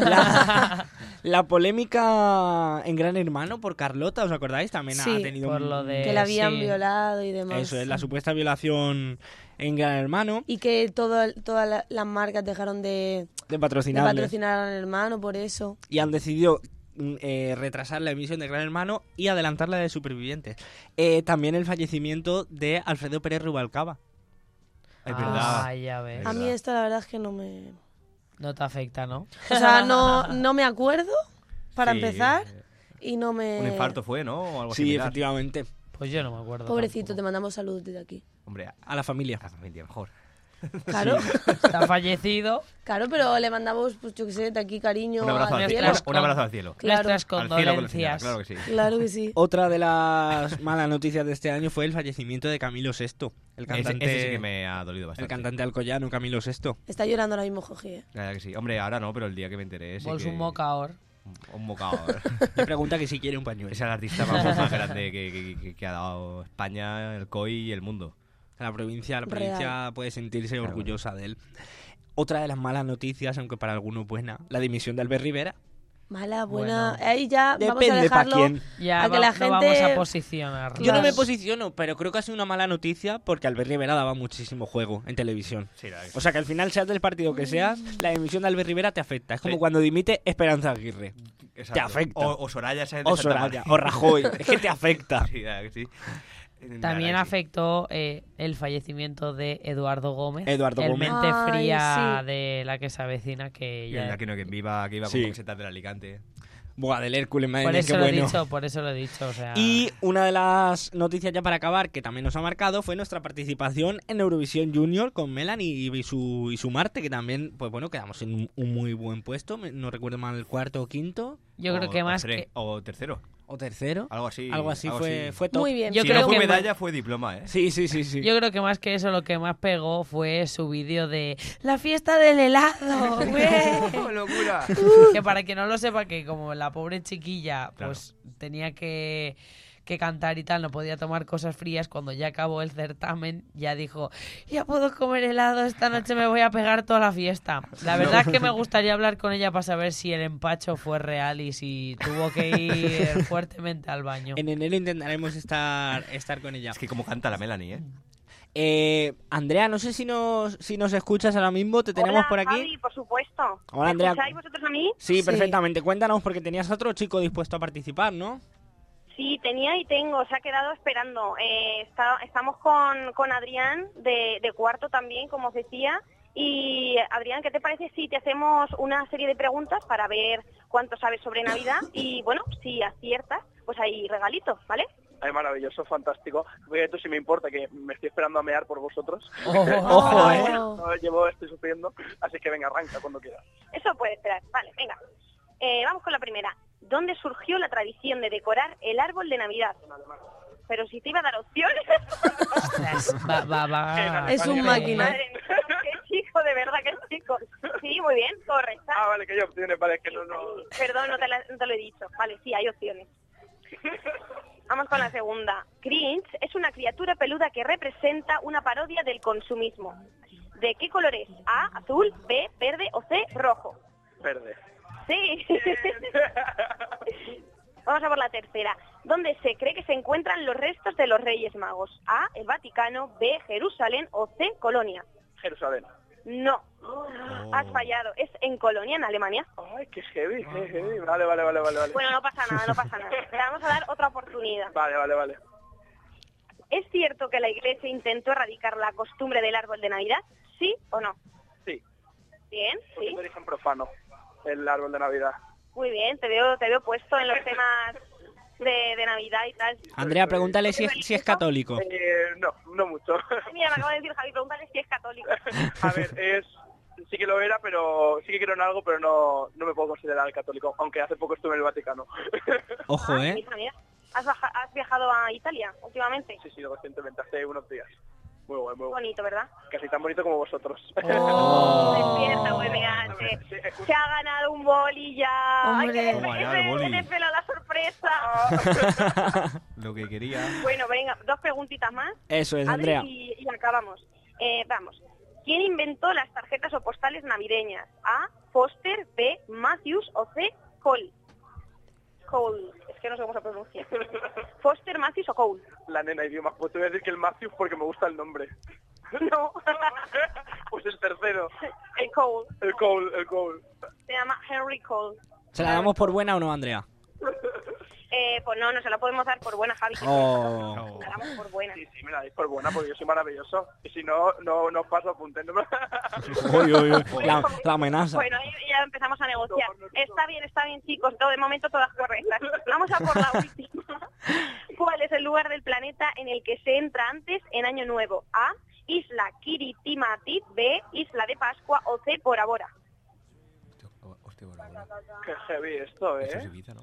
B: La, la polémica en Gran Hermano por Carlota, ¿os acordáis? También ha
C: Sí.
B: tenido
D: Por
B: un-
D: lo de
C: que la habían
D: sí.
C: violado y demás.
B: Eso es, la supuesta violación en Gran Hermano
C: Y que todo- todas la- las marcas dejaron
B: de
C: de, de
B: patrocinadores.
C: patrocinar al hermano por eso.
B: Y han decidido mm, eh, retrasar la emisión de Gran Hermano y adelantar la de Supervivientes. Eh, también el fallecimiento de Alfredo Pérez Rubalcaba.
J: Es verdad.
D: Ah, ya ves.
J: Es
C: A mí
J: verdad.
C: esta la verdad es que no me...
D: No te afecta, ¿no?
C: O sea, no, no me acuerdo, para
J: Sí,
C: empezar, eh, y no me...
J: Un infarto fue, ¿no? O algo
B: Sí,
J: similar.
B: efectivamente.
D: Pues yo no me acuerdo.
C: Pobrecito, te
D: tampoco.
C: mandamos saludos desde aquí.
J: Hombre, a
B: A la familia.
J: la familia mejor.
C: Claro,
D: Está fallecido.
C: claro, pero le mandamos, pues yo qué sé, de aquí cariño
J: Un abrazo
C: al
J: al
C: cielo.
J: cielo. Un abrazo al cielo.
C: Claro.
D: Nuestras
J: Al cielo con la
D: condolencias.
J: señora, claro que sí.
C: Claro que sí.
B: Otra de las malas noticias de este año fue el fallecimiento de Camilo VI, el cantante,
J: Ese, ese sí que me ha dolido
B: el
J: bastante.
B: cantante alcoyano Camilo VI.
C: Está llorando ahora mismo Joji, ¿eh?
J: La verdad que sí. Hombre, ahora no, pero el día que me enteré sí
D: Vols
J: que...
D: un mocaor.
J: Un- Un mocao.
B: Me pregunta que si quiere un pañuelo.
J: es el artista más, más grande que, que- que- que ha dado España, el COI y el mundo.
B: La provincia, la
C: Real.
B: provincia puede sentirse
J: Claro.
B: orgullosa de él. Otra de las malas noticias, aunque para algunos buena, la dimisión de Albert Rivera.
C: Mala, buena...
D: Bueno.
C: Ahí ya vamos a
B: Depende pa'
C: dejarlo...
B: quién.
D: Ya
C: A que
D: va-
C: la
D: no vamos
C: gente-
D: a posicionar.
B: Yo no me
C: Claro.
B: posiciono, pero creo que ha sido una mala noticia porque Albert Rivera daba muchísimo juego en televisión.
J: Sí, la verdad que
B: O sea que al final, seas del partido que seas, la dimisión de Albert Rivera te afecta. Es como
J: Sí.
B: cuando dimite Esperanza Aguirre,
J: sí. Exacto.
B: afecta.
J: O, o Soraya Sáenz de
B: o
J: Santa
B: Soraya,
J: María.
B: o Rajoy. Es que te afecta.
J: Sí, la verdad que sí. La verdad
D: También
J: que sí.
D: afectó eh, el fallecimiento de Eduardo Gómez.
B: Eduardo
D: el
B: Gómez.
D: mente
C: Ay,
D: fría
C: sí.
D: de la que se avecina que
J: Y
D: ya-
J: el Aquino que viva, que iba
B: Sí.
J: con camisetas del Alicante.
B: Buah, del Hércules, madre
D: Por
B: mía, qué
D: eso lo he
B: bueno.
D: dicho, por eso lo he dicho. O sea,
B: Y una de las noticias ya para acabar que también nos ha marcado fue nuestra participación en Eurovisión Junior con Melanie y su, y su Marte, que también, pues bueno, quedamos en un, un muy buen puesto. Me- No recuerdo mal, el cuarto o quinto
D: yo
J: O-
D: creo que
J: o
D: más
J: tres,
D: que...
J: O tercero.
B: o tercero.
J: Algo así.
B: Algo así fue, fue top.
C: Muy bien.
D: Yo
J: si
D: creo
J: no fue
D: que
J: medalla, fue diploma, ¿eh?
B: Sí, sí, sí, sí.
D: Yo creo que más que eso lo que más pegó fue su vídeo de la fiesta del helado,
E: Oh,
D: güey.
J: locura!
D: que para quien no lo sepa que como la pobre chiquilla pues tenía que que cantar y tal, no podía tomar cosas frías, cuando ya acabó el certamen ya dijo, ya puedo comer helado, esta noche me voy a pegar toda la fiesta. La verdad es que me gustaría hablar con ella para saber si el empacho fue real y si tuvo que ir fuertemente al baño.
B: En enero intentaremos estar, estar con ella.
J: Es que como canta la Melanie, ¿eh?
B: Eh, Andrea, no sé si nos, si nos escuchas ahora mismo, te tenemos
E: Hola,
B: por aquí.
E: Javi, por supuesto.
B: Hola,
E: ¿Me
B: Andrea.
E: escucháis vosotros a mí?
B: Sí,
C: Sí.
B: perfectamente. Cuéntanos, porque tenías otro chico dispuesto a participar, ¿no?
E: Sí, tenía y tengo, se ha quedado esperando. Eh, está- estamos con, con Adrián de, de cuarto también, como os decía. Y Adrián, ¿qué te parece si te hacemos una serie de preguntas para ver cuánto sabes sobre Navidad? Y bueno, si aciertas, pues hay regalitos, ¿vale?
G: Ay, maravilloso, fantástico. Oye, esto sí me importa, que me estoy esperando a mear por vosotros.
H: Oh.
C: Ojo, ¿eh?
G: No, llevo, estoy sufriendo, así que venga, arranca cuando quieras.
E: Eso puede esperar. Vale, venga. Eh, vamos con la primera. ¿Dónde surgió la tradición de decorar el árbol de Navidad? Pero si te iba a dar opciones.
D: Ostras, va- va- va.
C: Es un máquina.
E: Madre mía, qué chico, de verdad, qué chico. Sí, muy bien, correcta.
G: Ah, vale, que yo opciones, vale, es que no, no...
E: Perdón, no te, la- no te lo he dicho. Vale, sí, hay opciones. Vamos Vamos con la segunda. Grinch es una criatura peluda que representa una parodia del consumismo. ¿De qué color es? A, azul, B, verde o C, rojo.
G: Verde.
E: Sí. Vamos a por la tercera. ¿Dónde se cree que se encuentran los restos de los Reyes Magos? A, el Vaticano, B, Jerusalén o C, Colonia.
G: Jerusalén.
E: No, has fallado. Es en Colonia, en Alemania.
G: Ay, qué heavy, qué heavy. Vale, vale, vale, vale. vale.
E: Bueno, no pasa nada, no pasa nada. Le vamos a dar otra oportunidad.
G: Vale, vale, vale.
E: ¿Es cierto que la iglesia intentó erradicar la costumbre del árbol de Navidad? ¿Sí o no?
G: Sí.
E: Bien,
G: Porque
E: sí.
G: de origen profano, el árbol de Navidad.
E: Muy bien, te veo, te veo puesto en los temas de, de Navidad y tal.
B: Andrea, pregúntale si es, si es católico.
G: Eh, no, no mucho.
E: Ay, Mira, me acaba de decir Javi, pregúntale si es católico.
G: A ver, es... Sí que lo era, pero sí que creo en algo, pero no, no me puedo considerar católico, aunque hace poco estuve en el Vaticano.
B: Ojo, ¿eh?
E: Mira, mira, ¿Has, baja- has viajado a Italia últimamente?
G: Sí, sí, recientemente, hace unos días. Muy bueno, muy bueno.
E: Bonito, ¿verdad?
G: Casi tan bonito como vosotros.
H: Oh.
B: Oh.
E: Despierta, UMH. Se ha ganado un boli ya.
D: Hombre.
E: Hay que
J: Toma ya, el
E: desvelar-
J: boli.
E: desvelar la sorpresa.
J: Lo que quería.
E: bueno, venga, dos preguntitas más.
B: Eso es,
E: Adri,
B: Andrea.
E: Y, y acabamos. Eh, vamos. ¿Quién inventó las tarjetas o postales navideñas? A. Foster, B. Matthews o C. Cole. Cole. Es que no sé cómo se pronuncia. Foster, Matthews o Cole.
G: La nena idiomas. Pues te voy a decir que el Matthews porque me gusta el nombre.
E: No.
G: Pues el tercero.
E: el Cole.
G: El Cole, el Cole.
E: Se llama Henry Cole.
B: ¿Se la damos por buena o no, Andrea?
E: Eh, pues no, no se la podemos dar por buena, Javi. que
B: Oh.
E: La damos por buena.
G: Sí, sí, me la dais por buena porque yo soy maravilloso. Y si no, no, no os paso apuntando.
B: Uy, uy, uy. Oh. La, la amenaza.
E: Bueno, ahí ya empezamos a negociar.
G: No, no, no.
E: Está bien, está bien, chicos. Todo, de momento todas correctas. Vamos a por la última. ¿Cuál es el lugar del planeta en el que se entra antes en Año Nuevo? A. Isla Kiritimatit. B. Isla de Pascua. O C. Por Bora.
J: Hostia, bueno, bueno.
G: Qué heavy esto,
J: Eso es
G: ¿eh?
J: Ibiza, ¿no?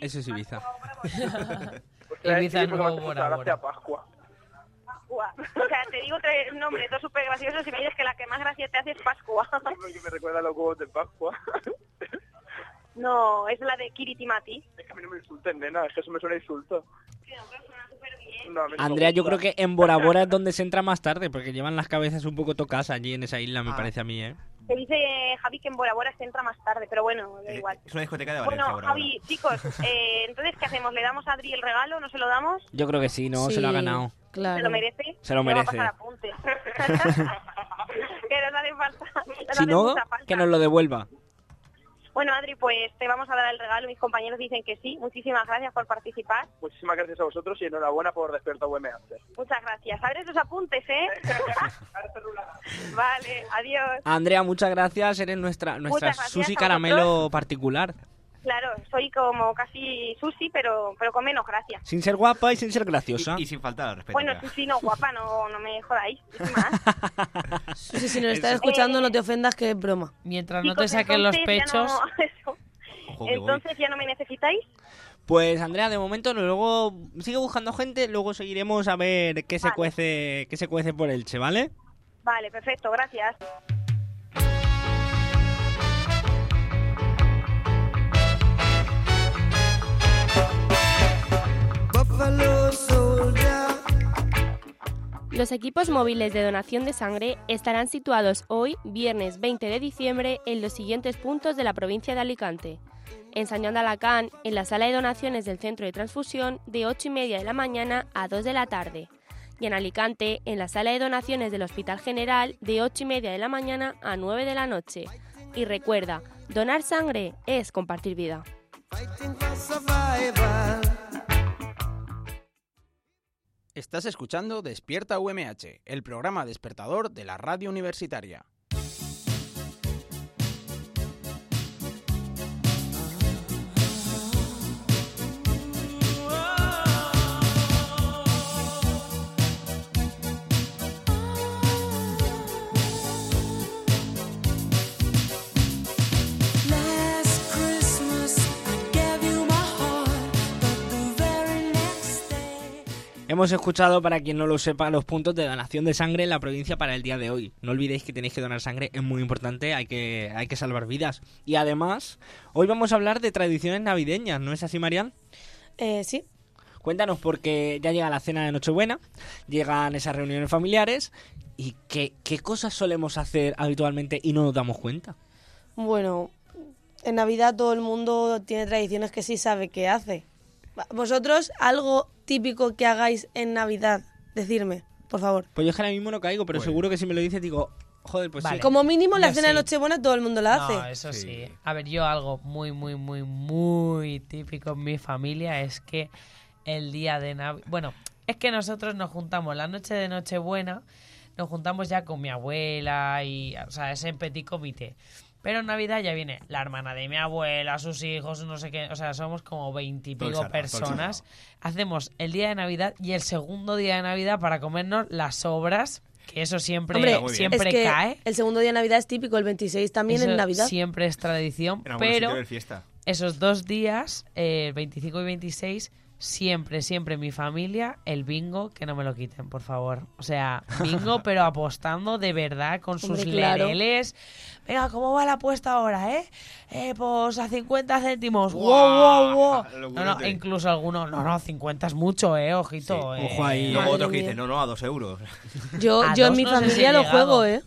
B: Eso es Ibiza.
G: Hostia,
D: Ibiza
G: sí, porque
D: no,
G: me hace
D: Bora,
G: gracia
D: Bora.
G: Pascua.
E: Pascua. O sea, te digo tres nombres, dos súper graciosos y me dices que la que más gracia te hace es Pascua.
G: Porque me recuerda a los huevos de Pascua.
E: No, es la de Kiritimatit.
G: Es que a mí no me insulten, nena. Es que eso me suena a insulto. No, a mí no me
B: Andrea, yo
G: gusta.
B: creo que en Bora Bora es donde se entra más tarde, porque llevan las cabezas un poco tocadas allí en esa isla, me
J: Ah.
B: parece a mí, ¿eh?
E: Te dice Javi que en Bora Bora se entra más tarde, pero bueno, da
J: Eh,
E: igual.
J: Es una discoteca de Valencia,
E: Bueno,
J: Bora, Bora.
E: Javi, chicos, eh, entonces, ¿qué hacemos? ¿Le damos a Adri el regalo? ¿No se lo damos?
B: Yo creo que sí, ¿no? Se lo ha
D: Sí.
B: ganado.
C: Claro.
E: ¿Se lo merece?
B: Se lo
E: Le va a
B: merece.
E: pasar apunte. que nos hace falta. nos
B: Si
E: hace
B: no,
E: mucha falta.
B: que nos lo devuelva.
E: Bueno, Adri, pues te vamos a dar el regalo. Mis compañeros dicen que sí. Muchísimas gracias por participar.
G: Muchísimas gracias a vosotros y enhorabuena por Despierta UMH.
E: Muchas gracias. Abre tus apuntes, ¿eh? vale, adiós.
B: Andrea, muchas gracias. Eres nuestra, nuestra
E: Muchas gracias
B: Susi
E: a
B: Caramelo particular.
E: Claro, soy como casi Susi, pero, pero con menos gracias.
B: Sin ser guapa y sin ser graciosa.
J: Y, y sin faltar al respeto.
E: Bueno,
J: ya.
E: Susi no, guapa, no, no me jodáis. Es más.
C: Susi, si nos estás
E: Eh,
C: escuchando, no te ofendas, que es broma.
D: Mientras no te
E: Chicos,
D: saquen los
E: entonces ya
D: pechos,
E: no- eso.
J: Ojo, que voy.
E: Entonces ya no me necesitáis.
B: Pues Andrea, de momento luego sigue buscando gente, luego seguiremos a ver qué se
E: Vale.
B: cuece, qué se cuece por Elche, ¿vale?
E: Vale, perfecto, gracias.
K: Los equipos móviles de donación de sangre estarán situados hoy, viernes 20 de diciembre, en los siguientes puntos de la provincia de Alicante. En San Juan de Alacán, en la sala de donaciones del centro de transfusión, de 8 y media de la mañana a 2 de la tarde. Y en Alicante, en la sala de donaciones del Hospital General, de 8 y media de la mañana a 9 de la noche. Y recuerda, donar sangre es compartir vida.
H: Estás escuchando Despierta UMH, el programa despertador de la radio universitaria.
B: Hemos escuchado, para quien no lo sepa, los puntos de donación de sangre en la provincia para el día de hoy. No olvidéis que tenéis que donar sangre, es muy importante, hay que, hay que salvar vidas. Y además, hoy vamos a hablar de tradiciones navideñas, ¿no es así, Marian?
C: Eh, sí,
B: Cuéntanos, porque ya llega la cena de Nochebuena, llegan esas reuniones familiares y qué, qué cosas solemos hacer habitualmente y no nos damos cuenta.
C: Bueno, en Navidad todo el mundo tiene tradiciones que sí sabe qué hace. Va- Vosotros, algo típico que hagáis en Navidad, decirme, por favor.
B: Pues yo es que ahora mismo no caigo, pero seguro que si me lo dices digo, joder, pues sí.
C: Como mínimo la
D: Yo
C: cena de
D: sí.
C: Nochebuena todo el mundo la hace.
D: No, eso sí. A ver, yo algo muy, muy, muy, muy típico en mi familia es que el día de Navidad... Bueno, es que nosotros nos juntamos la noche de Nochebuena, nos juntamos ya con mi abuela y... O sea, es en petit comité. Pero en Navidad ya viene la hermana de mi abuela, sus hijos, no sé qué. O sea, somos como
J: Todo
D: veintipico
J: el sarao, todo el
D: personas. Hacemos el día de Navidad y el segundo día de Navidad para comernos las sobras, que eso siempre,
C: Hombre,
D: siempre
C: es que
D: cae.
C: el segundo día de Navidad es típico, el 26 también
D: Eso
C: en Navidad.
D: Siempre es tradición,
J: En algún
D: pero
J: sitio de fiesta.
D: esos dos días, eh, el 25 y 26, siempre, siempre mi familia, el bingo, que no me lo quiten, por favor. O sea, bingo, pero apostando de verdad con sus
C: Hombre, claro.
D: lereles. Venga, ¿cómo va la apuesta ahora, eh? Eh, pues a 50 céntimos. ¡Wow,
J: Guau,
D: wow, wow! No, no,
J: locurete.
D: incluso algunos, no, no, 50 es mucho, eh, ojito. eh.
J: Ojo ahí. Luego otros que
C: mía.
J: dicen, no, no, a dos euros.
C: Yo,
D: A
C: yo en
D: dos
C: mi
D: no sé si
C: familia
D: he
C: lo
D: llegado.
C: juego, ¿eh?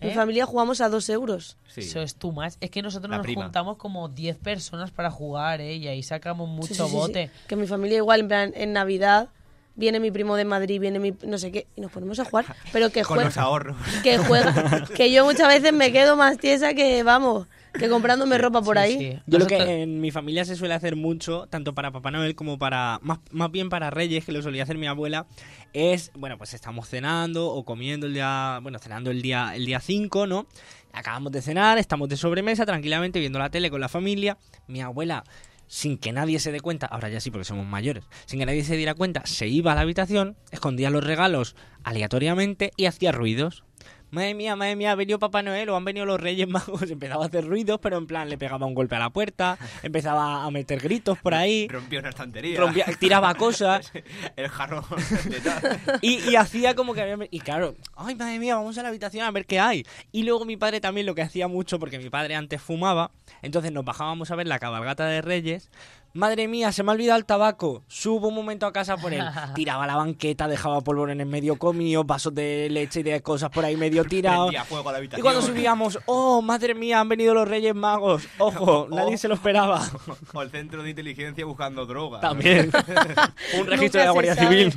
C: Mi
D: ¿Eh?
C: familia jugamos a dos euros.
J: Sí.
D: Eso es too much. Es que nosotros
J: La
D: nos
J: prima.
D: juntamos como 10 personas para jugar, ¿eh? Y ahí sacamos mucho
C: Sí, sí, sí, sí.
D: bote.
C: Que mi familia igual, en plan, en Navidad viene mi primo de Madrid, viene mi no sé qué, y nos ponemos a jugar. Pero que
J: Con
C: juega.
J: los ahorros.
C: Que juega. que yo muchas veces me quedo más tiesa que, vamos, que comprándome ropa por ahí.
B: Yo lo que en mi familia se suele hacer mucho, tanto para Papá Noel como para, más, más bien para Reyes, que lo solía hacer mi abuela, es, bueno, pues estamos cenando o comiendo el día, bueno, cenando el día el día 5, ¿no? Acabamos de cenar, estamos de sobremesa tranquilamente viendo la tele con la familia. Mi abuela, sin que nadie se dé cuenta, ahora ya sí porque somos mayores, sin que nadie se diera cuenta, se iba a la habitación, escondía los regalos aleatoriamente y hacía ruidos. Madre mía, madre mía, ha venido Papá Noel o han venido los Reyes Magos. Empezaba a hacer ruidos, pero en plan le pegaba un golpe a la puerta, empezaba a meter gritos por ahí,
J: Rompió una estantería.
B: rompía- tiraba cosas
J: el jarrón. de tal.
B: y, y hacía como que había... Y claro, ay, madre mía, vamos a la habitación a ver qué hay. Y luego mi padre también lo que hacía mucho, porque mi padre antes fumaba, entonces nos bajábamos a ver la cabalgata de Reyes. Madre mía, se me ha olvidado el tabaco. Subo un momento a casa por él. Tiraba la banqueta, dejaba polvorón en medio comido, vasos de leche y de cosas por ahí medio tirados.
J: Prendía fuego a la habitación.
B: Y cuando subíamos, oh, madre mía, han venido los Reyes Magos. Ojo, nadie se lo esperaba.
J: O el centro de inteligencia buscando droga.
B: También. Un registro de la Guardia Civil.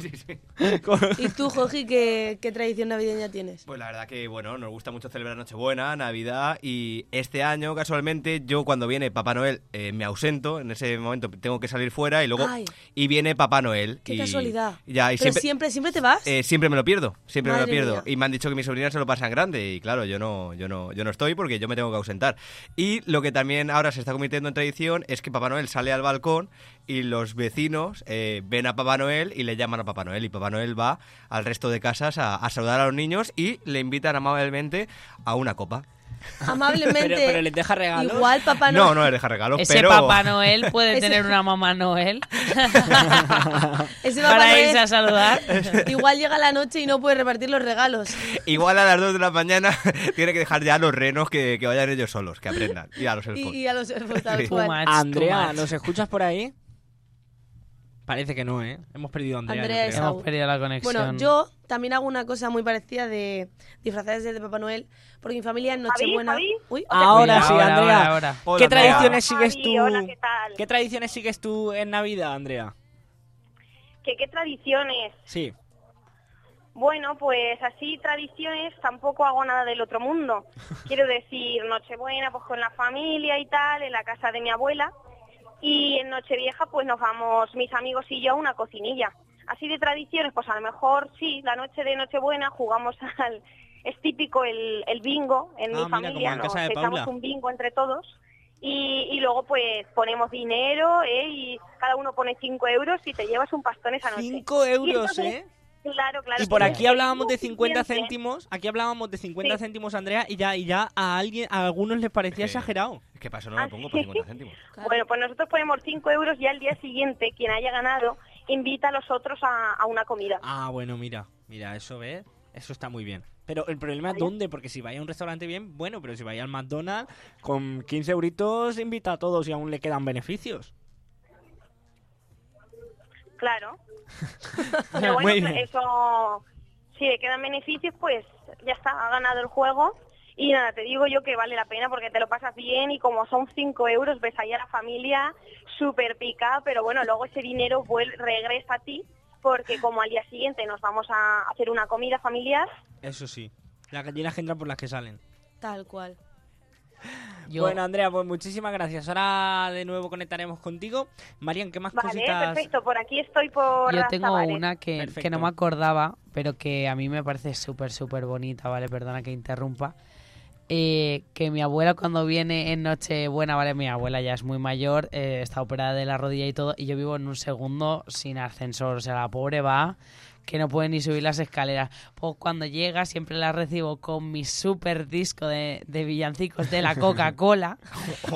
C: ¿Y tú, Jorge, qué, qué tradición navideña tienes?
J: Pues la verdad que, bueno, nos gusta mucho celebrar Nochebuena, Navidad y este año, casualmente, yo cuando viene Papá Noel eh, me ausento, en ese momento tengo que salir fuera y luego...
C: Ay.
J: Y viene Papá Noel.
C: Qué
J: y-
C: casualidad.
J: Ya, y
C: Pero
J: siempre,
C: siempre, siempre te vas.
J: eh, siempre me lo pierdo, siempre me lo
C: Madre
J: pierdo.
C: mía.
J: Y me han dicho que mis sobrinas se lo pasan grande y claro, yo no, yo no, yo no estoy porque yo me tengo que ausentar. Y lo que también ahora se está convirtiendo en tradición es que Papá Noel sale al balcón y los vecinos eh, ven a Papá Noel y le llaman a Papá Noel y Papá Noel va al resto de casas a, a saludar a los niños y le invitan amablemente a una copa.
C: Amablemente.
B: Pero, pero les deja regalos.
C: Igual, papá
J: no, no les deja regalos,
D: Ese
J: pero
D: Papá Noel puede
C: Ese-
D: tener una mamá Noel
C: Ese Papá
D: para
C: Noel-
D: irse a saludar.
C: Igual llega la noche y no puede repartir los regalos.
J: igual a las 2 de la mañana tiene que dejar ya a los renos que, que vayan ellos solos, que aprendan y a los
C: Y,
J: elfos.
C: y a los elfos tal
J: Sí.
C: cual.
D: Too much, too
B: Andrea,
D: much.
B: ¿nos escuchas por ahí? Parece que no, ¿eh? Hemos perdido a Andrea.
C: Andrea
B: yo
C: es
B: creo.
C: a-
D: Hemos perdido la conexión.
C: Bueno, yo también hago una cosa muy parecida de disfrazarse de Papá Noel, porque mi familia en
E: Javi,
C: Nochebuena...
E: Javi.
C: Uy,
L: Ah,
B: Ahora
D: Cuidado,
B: sí,
D: ahora,
B: Andrea.
D: ahora, ahora.
J: Hola,
B: ¿Qué
J: Andrea.
B: tradiciones sigues
E: Javi,
B: tú?
E: hola, ¿qué tal?
B: ¿Qué tradiciones sigues tú en Navidad, Andrea?
E: ¿Qué, qué tradiciones?
B: Sí.
E: Bueno, pues así tradiciones tampoco hago nada del otro mundo. Quiero decir, Nochebuena pues con la familia y tal, en la casa de mi abuela. Y en Nochevieja pues nos vamos mis amigos y yo a una cocinilla. Así de tradiciones, pues a lo mejor sí, la noche de Nochebuena jugamos al... Es típico el, el bingo en mi
B: Ah, mira, como
E: familia,
B: en
E: nos
B: casa de
E: echamos
B: Paula.
E: un bingo entre todos. Y, y luego pues ponemos dinero ¿eh? y cada uno pone 5 euros y te llevas un pastón esa noche.
B: Cinco
E: Y
B: euros,
E: entonces,
B: ¿eh?
E: Claro, claro.
B: Y por
E: sí.
B: aquí hablábamos de
E: Sí,
B: 50
E: siempre.
B: céntimos, aquí hablábamos de 50
E: Sí.
B: céntimos, Andrea, y ya, y ya a alguien, a algunos les parecía
J: Es que-
B: exagerado.
J: Es que para eso no me
E: Ah,
J: pongo
E: sí.
J: por 50 céntimos.
C: Claro.
E: Bueno, pues nosotros ponemos 5 euros y al día siguiente quien haya ganado invita a los otros a, a una comida.
B: Ah, bueno, mira, mira, eso ve, eso está muy bien. Pero el problema es dónde, porque si vais a un restaurante bien, bueno, pero si vais al McDonald's, con 15 euritos invita a todos y aún le quedan beneficios.
E: Claro. Pero bueno, pues
A: Muy bien.
E: eso, si le quedan beneficios, pues ya está, ha ganado el juego. Y nada, te digo yo que vale la pena porque te lo pasas bien y como son 5 euros, ves ahí a la familia súper picada, pero bueno, luego ese dinero vuel- regresa a ti porque como al día siguiente nos vamos a hacer una comida familiar,
B: Eso sí. Las gallinas que entran por las que salen.
C: Tal cual.
D: Yo-
B: Bueno, Andrea, pues muchísimas gracias. Ahora de nuevo conectaremos contigo. Marian, ¿qué más
E: vale,
B: cositas?
E: perfecto, por aquí estoy por...
D: Yo
E: las
D: tengo
E: Zabales.
D: una que, que no me acordaba, pero que a mí me parece súper, súper bonita, ¿vale? Perdona que interrumpa. Eh, que mi abuela cuando viene en Nochebuena, ¿vale? Mi abuela ya es muy mayor, eh, está operada de la rodilla y todo, y yo vivo en un segundo sin ascensor, o sea, la pobre va que no puede ni subir las escaleras. Pues cuando llega siempre la recibo con mi super disco de, de villancicos de la Coca-Cola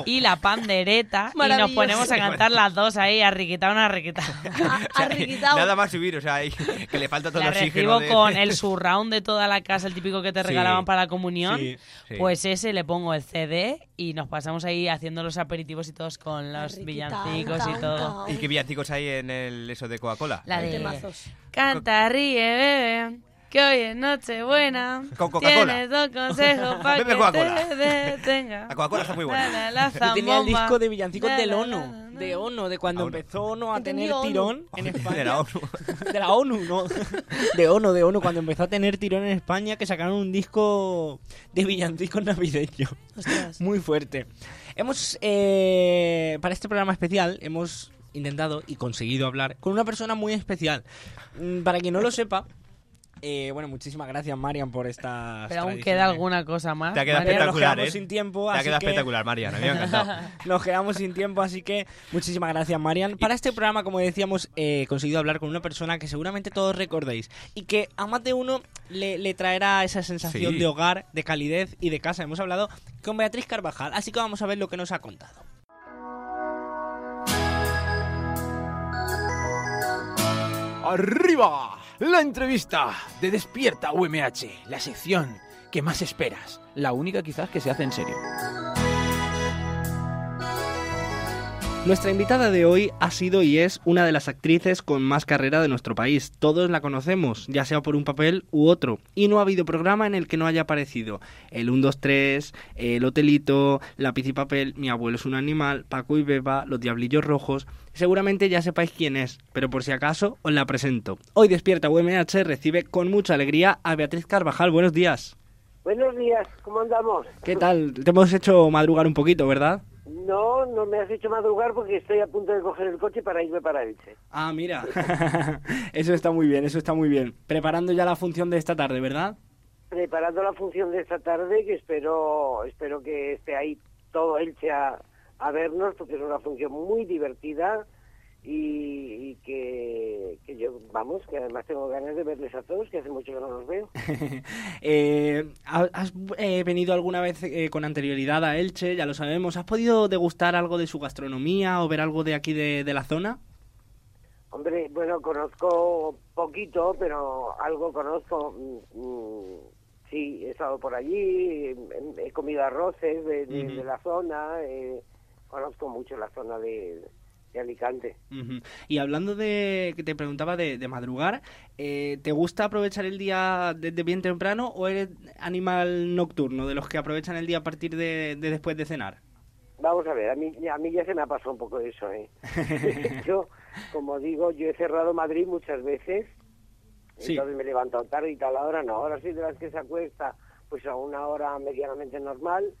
D: y la pandereta y nos
J: Maravilloso.
D: ponemos a cantar las dos ahí, a riquitá una riquitá.
J: O sea, nada más subir, o sea, ahí- que le falta todo
D: La
J: el
D: recibo
J: oxígeno. de-
D: con el surround de toda la casa, el típico que te
J: Sí,
D: regalaban para la comunión.
J: sí, sí.
D: Pues ese le pongo el CD y nos pasamos ahí haciendo los aperitivos y todos con los villancicos y todo.
J: ¿Y qué villancicos hay en el eso de Coca-Cola? Eh,
D: La de
J: Temazos.
D: Canta, ríe, bebe, que hoy es noche buena.
J: Con Coca-Cola.
D: Tienes dos consejos para
J: Bebe
D: que
J: Coca-Cola.
D: te detenga.
J: La Coca-Cola está muy buena.
D: La, la, la
B: Yo tenía el
D: zambomba.
B: disco de villancicos
D: La,
B: del
D: la,
B: ONU. De ONU, de cuando empezó ONU a tener
D: tenía ONU.
B: tirón en España.
J: De la ONU.
B: De la ONU, no. De ONU, de ONU, cuando empezó a tener tirón en España, que sacaron un disco de villancicos navideños. Muy fuerte. Hemos, eh, para este programa especial, hemos intentado y conseguido hablar con una persona muy especial. Mm, Para quien no lo sepa, eh, bueno, muchísimas gracias, Marian, por estas
D: Pero aún
B: tradiciones.
D: queda alguna cosa más.
J: Te ha quedado
D: Mariano.
J: espectacular,
B: quedamos
J: ¿eh?
B: sin
J: Te
B: tiempo,
J: ha
B: así
J: quedado
B: que-
J: espectacular, Marian. A mí me ha encantado.
B: Nos quedamos sin tiempo, así que muchísimas gracias, Marian. Para este programa, como decíamos, eh, he conseguido hablar con una persona que seguramente todos recordéis y que a más de uno le, le traerá esa sensación
J: Sí.
B: de hogar, de calidez y de casa. Hemos hablado con Beatriz Carvajal, así que vamos a ver lo que nos ha contado.
H: ¡Arriba! La entrevista de Despierta UMH, la sección que más esperas, la única quizás que se hace en serio.
B: Nuestra invitada de hoy ha sido y es una de las actrices con más carrera de nuestro país. Todos la conocemos, ya sea por un papel u otro. Y no ha habido programa en el que no haya aparecido. El 1, 2, 3, El Hotelito, Lápiz y Papel, Mi abuelo es un animal, Paco y Beba, Los Diablillos Rojos. Seguramente ya sepáis quién es, pero por si acaso os la presento. Hoy Despierta UMH recibe con mucha alegría a Beatriz Carvajal. Buenos días.
M: Buenos días, ¿cómo andamos?
B: ¿Qué tal? Te hemos hecho madrugar un poquito, ¿verdad?
M: No, no me has hecho madrugar porque estoy a punto de coger el coche para irme para Elche.
B: Ah, mira. eso está muy bien, eso está muy bien. Preparando ya la función de esta tarde, ¿verdad?
M: Preparando la función de esta tarde, que espero, espero que esté ahí todo Elche a, a vernos, porque es una función muy divertida y, y que, que yo, vamos, que además tengo ganas de verles a todos, que hace mucho que no los veo.
B: Eh, ¿ha- ¿Has eh, venido alguna vez eh, con anterioridad a Elche? Ya lo sabemos. ¿Has podido degustar algo de su gastronomía o ver algo de aquí de, de la zona?
M: Hombre, bueno, conozco poquito, pero algo conozco. Mm, mm, sí, he estado por allí, em, he comido arroces de, de-
B: Ujú.
M: de la zona, eh, conozco mucho la zona de, de Alicante.
B: Ujú. Y hablando de que te preguntaba de, de madrugar, eh, ¿te gusta aprovechar el día desde bien temprano o eres animal nocturno, de los que aprovechan el día a partir de- de después de cenar?
M: Vamos a ver, a mí, a mí ya se me ha pasado un poco eso, ¿eh? yo, como digo, yo he cerrado Madrid muchas veces,
B: Sí.
M: entonces me he levantado tarde y tal, ahora no, ahora soy de las que se acuesta pues a una hora medianamente normal,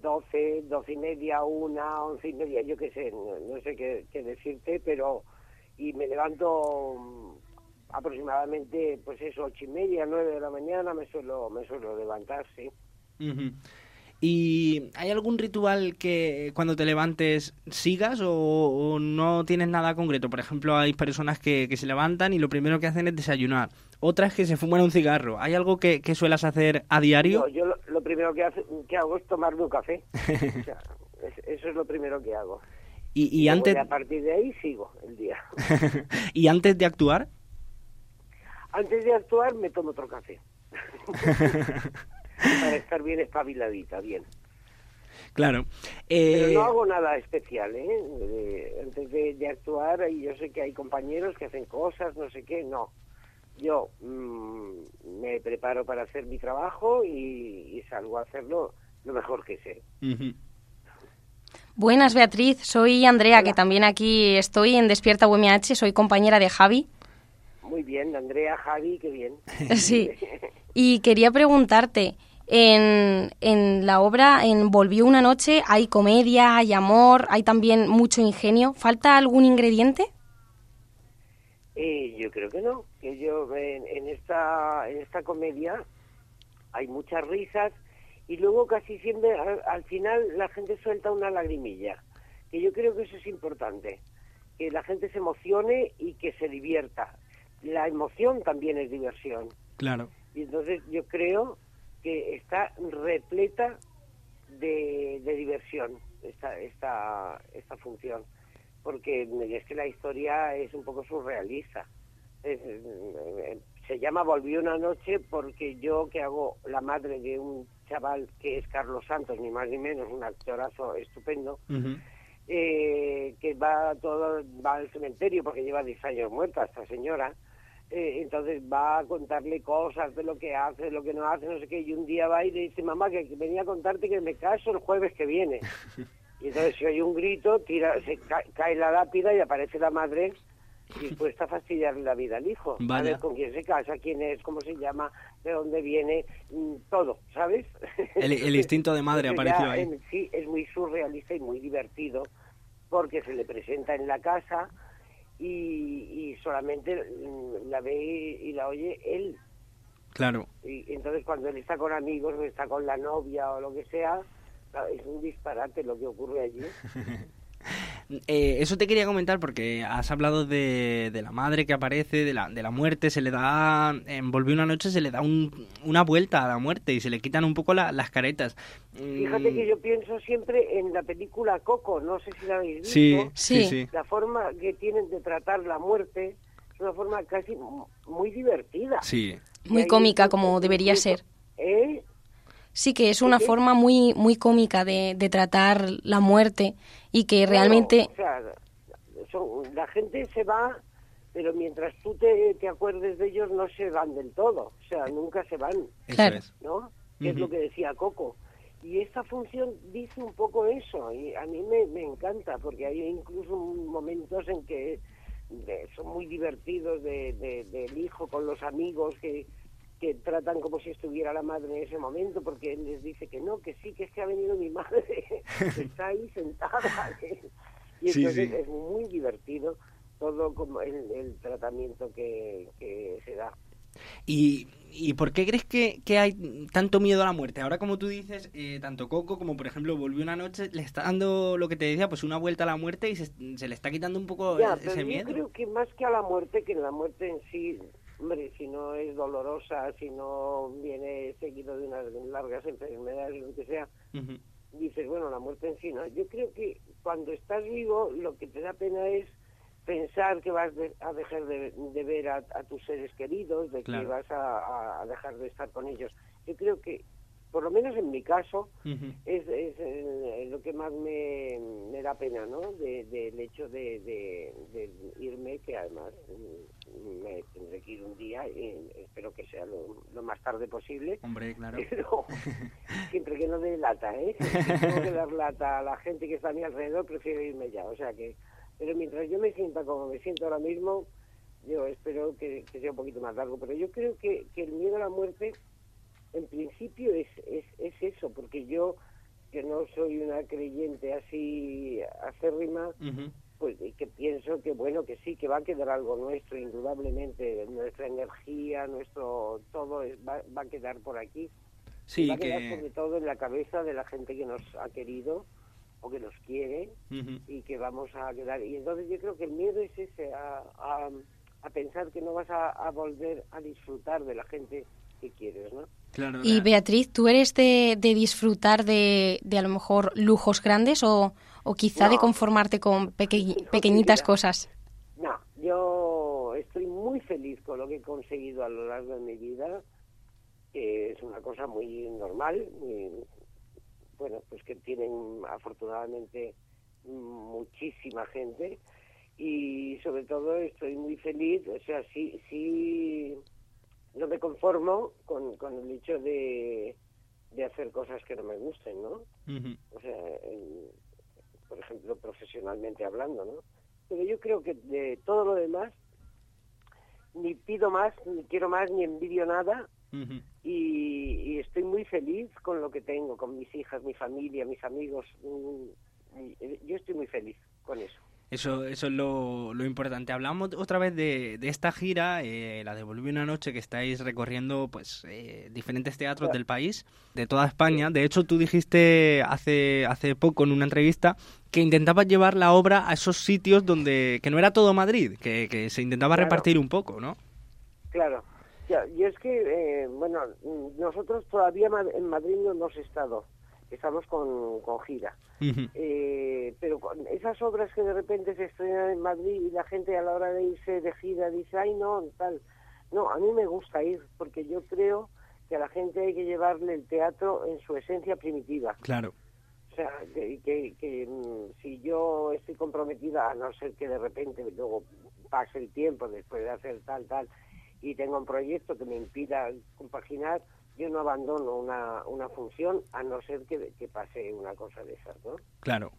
M: 12, 12 y media, 1, 11 y media, yo qué sé, no, no sé qué, qué decirte, pero... Y me levanto mm, aproximadamente, pues eso, ocho y media, nueve de la mañana, me suelo, me suelo levantar, sí.
B: Ujú. ¿Y hay algún ritual que cuando te levantes sigas o, o no tienes nada concreto? Por ejemplo, hay personas que, que se levantan y lo primero que hacen es desayunar. Otras que se fuman un cigarro. ¿Hay algo que, que suelas hacer a diario?
M: No, yo lo, lo primero que, hace- que hago es tomarme un café. O sea, es- eso es lo primero que hago.
B: y, y
M: luego
B: antes,
M: ya A partir de ahí sigo el día.
B: ¿Y antes de actuar?
M: Antes de actuar me tomo otro café. Para estar bien espabiladita, bien.
B: Claro. Eh,
M: Pero no hago nada especial, ¿eh? De- antes de, de actuar, y yo sé que hay compañeros que hacen cosas, no sé qué, no. Yo mm, me preparo para hacer mi trabajo y, y salgo a hacerlo lo mejor que sé.
L: Buenas, Beatriz. Soy Andrea, que también aquí estoy en Despierta UMH. Soy compañera de Javi.
M: Muy bien, Andrea, Javi, qué bien.
L: Sí. Y quería preguntarte, en, en la obra, en Volvió una noche, hay comedia, hay amor, hay también mucho ingenio. ¿Falta algún ingrediente?
M: Eh, yo creo que no, que yo en, en esta en esta comedia hay muchas risas y luego casi siempre al, al final la gente suelta una lagrimilla, que yo creo que eso es importante, que la gente se emocione y que se divierta. La emoción también es diversión
B: Claro.
M: y entonces yo creo que está repleta de, de diversión esta, esta, esta función, porque es que la historia es un poco surrealista. Es, eh, se llama Volví una noche porque yo que hago la madre de un chaval que es Carlos Santos, ni más ni menos, un actorazo estupendo, eh, que va todo va al cementerio porque lleva 10 años muerta esta señora. Eh, entonces va a contarle cosas de lo que hace, de lo que no hace, no sé qué. Y un día va y le dice, mamá, que que venía a contarte que me caso el jueves que viene. Y entonces se oye un grito, tira, se ca- cae la lápida y aparece la madre dispuesta a fastidiarle la vida al hijo. A
B: Vaya.
M: ver con quién se casa, quién es, cómo se llama, de dónde viene, mm, todo, ¿sabes?
B: El, el instinto de madre
M: Eso
B: apareció
M: ya
B: ahí.
M: en sí es muy surrealista y muy divertido porque se le presenta en la casa y, y solamente mm, la ve y, y la oye él.
B: Claro.
M: Y entonces cuando él está con amigos o está con la novia o lo que sea, claro, es un disparate lo que ocurre allí.
B: Eh, eso te quería comentar porque has hablado de, de la madre que aparece, de la, de la muerte, se le da, en Volví una noche se le da un- una vuelta a la muerte y se le quitan un poco la- las caretas. Mm,
M: Fíjate que yo pienso siempre en la película Coco, no sé si la habéis visto.
B: Sí, sí, Sí. sí.
M: La forma que tienen de tratar la muerte es una forma casi mu- muy divertida.
B: Sí.
L: Muy cómica, como debería ser.
M: ¿Eh?
L: Sí, que es una
M: Sí.
L: forma muy, muy cómica de, de tratar la muerte y que
M: Claro,
L: realmente...
M: o sea, son- la gente se va, pero mientras tú te, te acuerdes de ellos, no se van del todo. O sea, nunca se van.
A: Claro. es.
M: ¿No? Que Es
A: Ujú.
M: lo que decía Coco. Y esta función dice un poco eso. Y a mí me, me encanta, porque hay incluso momentos en que de- son muy divertidos de- de- del hijo con los amigos que que tratan como si estuviera la madre en ese momento porque él les dice que no, que sí, que es que ha venido mi madre, que está ahí sentada. y
A: Sí,
M: entonces
A: sí.
M: es muy divertido todo como el, el tratamiento que, que se da.
B: ¿Y, y por qué crees que, que hay tanto miedo a la muerte? Ahora, como tú dices, eh, tanto Coco como, por ejemplo, Volvió una noche, le está dando lo que te decía, pues una vuelta a la muerte y se, se le está quitando un poco
M: Ya,
B: ese
M: pero yo
B: miedo.
M: creo que más que a la muerte, que la muerte en sí, hombre, si no es dolorosa, si no viene seguido de unas largas enfermedades, lo que sea,
B: Ujú.
M: dices, bueno, la muerte en sí, ¿no? Yo creo que cuando estás vivo, lo que te da pena es pensar que vas de- a dejar de, de ver a, a tus seres queridos, de que
A: Claro.
M: vas a- a- a dejar de estar con ellos. Yo creo que, por lo menos en mi caso, es, es, eh, lo que más me, me da pena, ¿no? De- del hecho de, de- de irme, que además mm, me tendré que ir un día, y espero que sea lo, lo más tarde posible.
B: Hombre, claro.
M: Pero siempre que no dé lata, ¿eh? Si tengo que dar lata a la gente que está a mi alrededor, prefiero irme ya. O sea que, pero mientras yo me sienta como me siento ahora mismo, yo espero que, que sea un poquito más largo. Pero yo creo que, que el miedo a la muerte, en principio, es, es, es eso, porque yo, que no soy una creyente así acérrima, pues y que pienso que bueno que sí que va a quedar algo nuestro indudablemente nuestra energía nuestro todo es- va, va a quedar por aquí
B: Sí,
M: Y va a quedar
B: que-
M: sobre todo en la cabeza de la gente que nos ha querido o que nos quiere
B: Ujú.
M: y que vamos a quedar y entonces yo creo que el miedo es ese a, a- a pensar que no vas a, a volver a disfrutar de la gente que quieres no
B: Claro.
L: Y Beatriz, ¿tú eres de, de disfrutar de, de a lo mejor lujos grandes o, o quizá de
M: No.
L: conformarte con peque- pequeñitas cosas?
M: No, yo estoy muy feliz con lo que he conseguido a lo Eh, largo de mi vida, que es una cosa muy normal, muy bueno, pues que tienen afortunadamente muchísima gente y sobre todo estoy muy feliz, o sea, sí, sí, no me conformo con, con el hecho de, de hacer cosas que no me gusten, ¿no? O sea, en- por ejemplo, profesionalmente hablando, ¿no? Pero yo creo que de todo lo demás, ni pido más, ni quiero más, ni envidio nada, y, y estoy muy feliz con lo que tengo, con mis hijas, mi familia, mis amigos. mm, y- eh, Yo estoy muy feliz con eso.
B: Eso, eso es lo, lo importante. Hablamos otra vez de, de esta gira, eh, la de Volví una noche, que estáis recorriendo pues eh, diferentes teatros del país, de toda España. De hecho, tú dijiste hace, hace poco en una entrevista que intentabas llevar la obra a esos sitios donde... que no era todo Madrid, que, que se intentaba
M: Claro.
B: repartir un poco, ¿no?
M: Claro. Ya, y es que, eh, bueno, mm, nosotros todavía ma- en Madrid no hemos estado. Estamos con, con gira. Eh, pero con esas obras que de repente se estrenan en Madrid y la gente a la hora de irse de gira dice, ay, no, tal. No, a mí me gusta ir porque yo creo que a la gente hay que llevarle el teatro en su esencia primitiva.
B: Claro.
M: O sea, que, que- que, mm, si yo estoy comprometida, a no ser que de repente luego pase el tiempo después de hacer tal, tal, y tenga un proyecto que me impida compaginar, yo no abandono una, una función a no ser que, que pase una cosa de esas, ¿no?
B: Claro.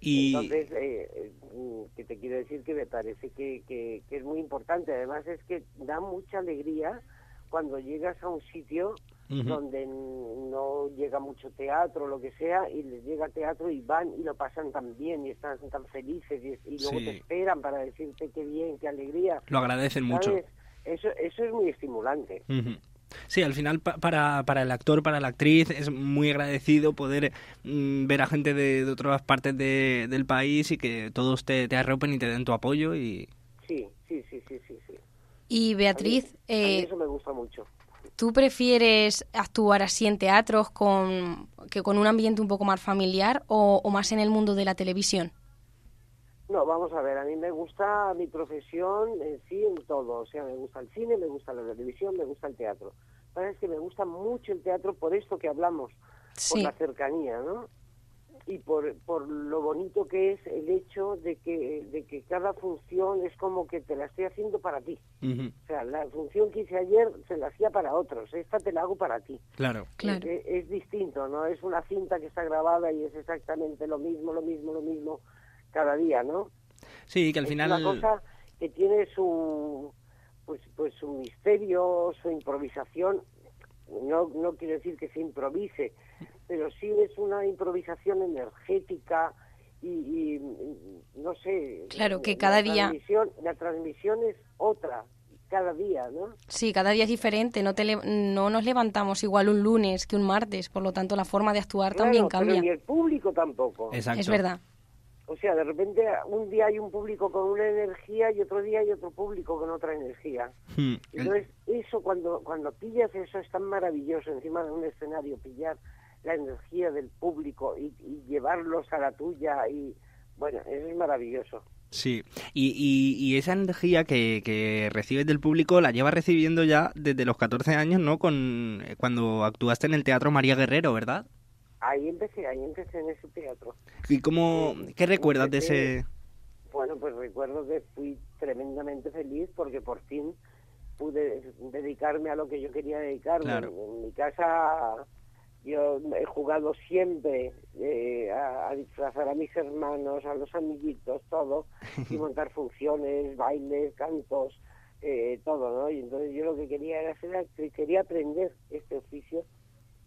B: Y...
M: Entonces, eh, eh, mm, que te quiero decir que me parece que, que- que es muy importante. Además, es que da mucha alegría cuando llegas a un sitio
A: Ujú.
M: donde n- no llega mucho teatro, lo que sea, y les llega teatro y van y lo pasan tan bien y están tan felices y, y luego
B: Sí.
M: te esperan para decirte qué bien, qué alegría.
B: Lo agradecen mucho.
M: ¿Sabes? Eso, eso es muy estimulante.
B: Ujú. Sí, al final pa- para, para el actor, para la actriz, es muy agradecido poder mm, ver a gente de, de otras partes de- del país y que todos te, te arropen y te den tu apoyo. y
M: Sí, sí, sí, sí, sí. sí.
L: Y Beatriz,
M: A mí
L: eh,
M: eso me gusta mucho.
L: ¿tú prefieres actuar así en teatros con, que con un ambiente un poco más familiar o, o más en el mundo de la televisión?
M: No, vamos a ver, a mí me gusta mi profesión en sí, en todo. O sea, me gusta el cine, me gusta la televisión, me gusta el teatro. La verdad es que me gusta mucho el teatro por esto que hablamos, por
L: Sí.
M: la cercanía, ¿no? Y por, por lo bonito que es el hecho de que, de que cada función es como que te la estoy haciendo para ti. O sea, la función que hice ayer se la hacía para otros, esta te la hago para ti.
B: Claro.
M: Es, es distinto, ¿no? Es una cinta que está grabada y es exactamente lo mismo, lo mismo, lo mismo cada día, ¿no?
B: Sí, que al
M: es
B: final...
M: una cosa que tiene su pues pues su misterio su improvisación no no quiero decir que se improvise pero sí es una improvisación energética y, y, mm, no sé
L: Claro, que
M: la
L: cada día-
M: transmisión- la transmisión es otra cada día no
L: Sí, cada día es diferente, no, te le- no nos levantamos igual un lunes que un martes, por lo tanto la forma de actuar también
M: Claro, pero
L: cambia.
M: ni el público tampoco
L: Es verdad.
M: O sea, de repente un día hay un público con una energía y otro día hay otro público con otra energía.
A: Hmm, el-
M: Entonces, eso cuando, cuando pillas eso es tan maravilloso encima de un escenario, pillar la energía del público y, y llevarlos a la tuya y bueno, eso es maravilloso.
B: Sí, y, y- y esa energía que, que recibes del público la llevas recibiendo ya desde los 14 años, ¿no? Con, eh, cuando actuaste en el Teatro María Guerrero, ¿verdad?
M: Ahí empecé, ahí empecé en ese teatro.
B: ¿Y cómo, qué recuerdas de ese...?
M: Bueno, pues recuerdo que fui tremendamente feliz porque por fin pude dedicarme a lo que yo quería dedicarme.
A: Claro.
M: En mi casa yo he jugado siempre eh, a, a disfrazar a mis hermanos, a los amiguitos, todo, y montar funciones, bailes, cantos, eh, todo, ¿no? Y entonces yo lo que quería era ser actriz, quería aprender este oficio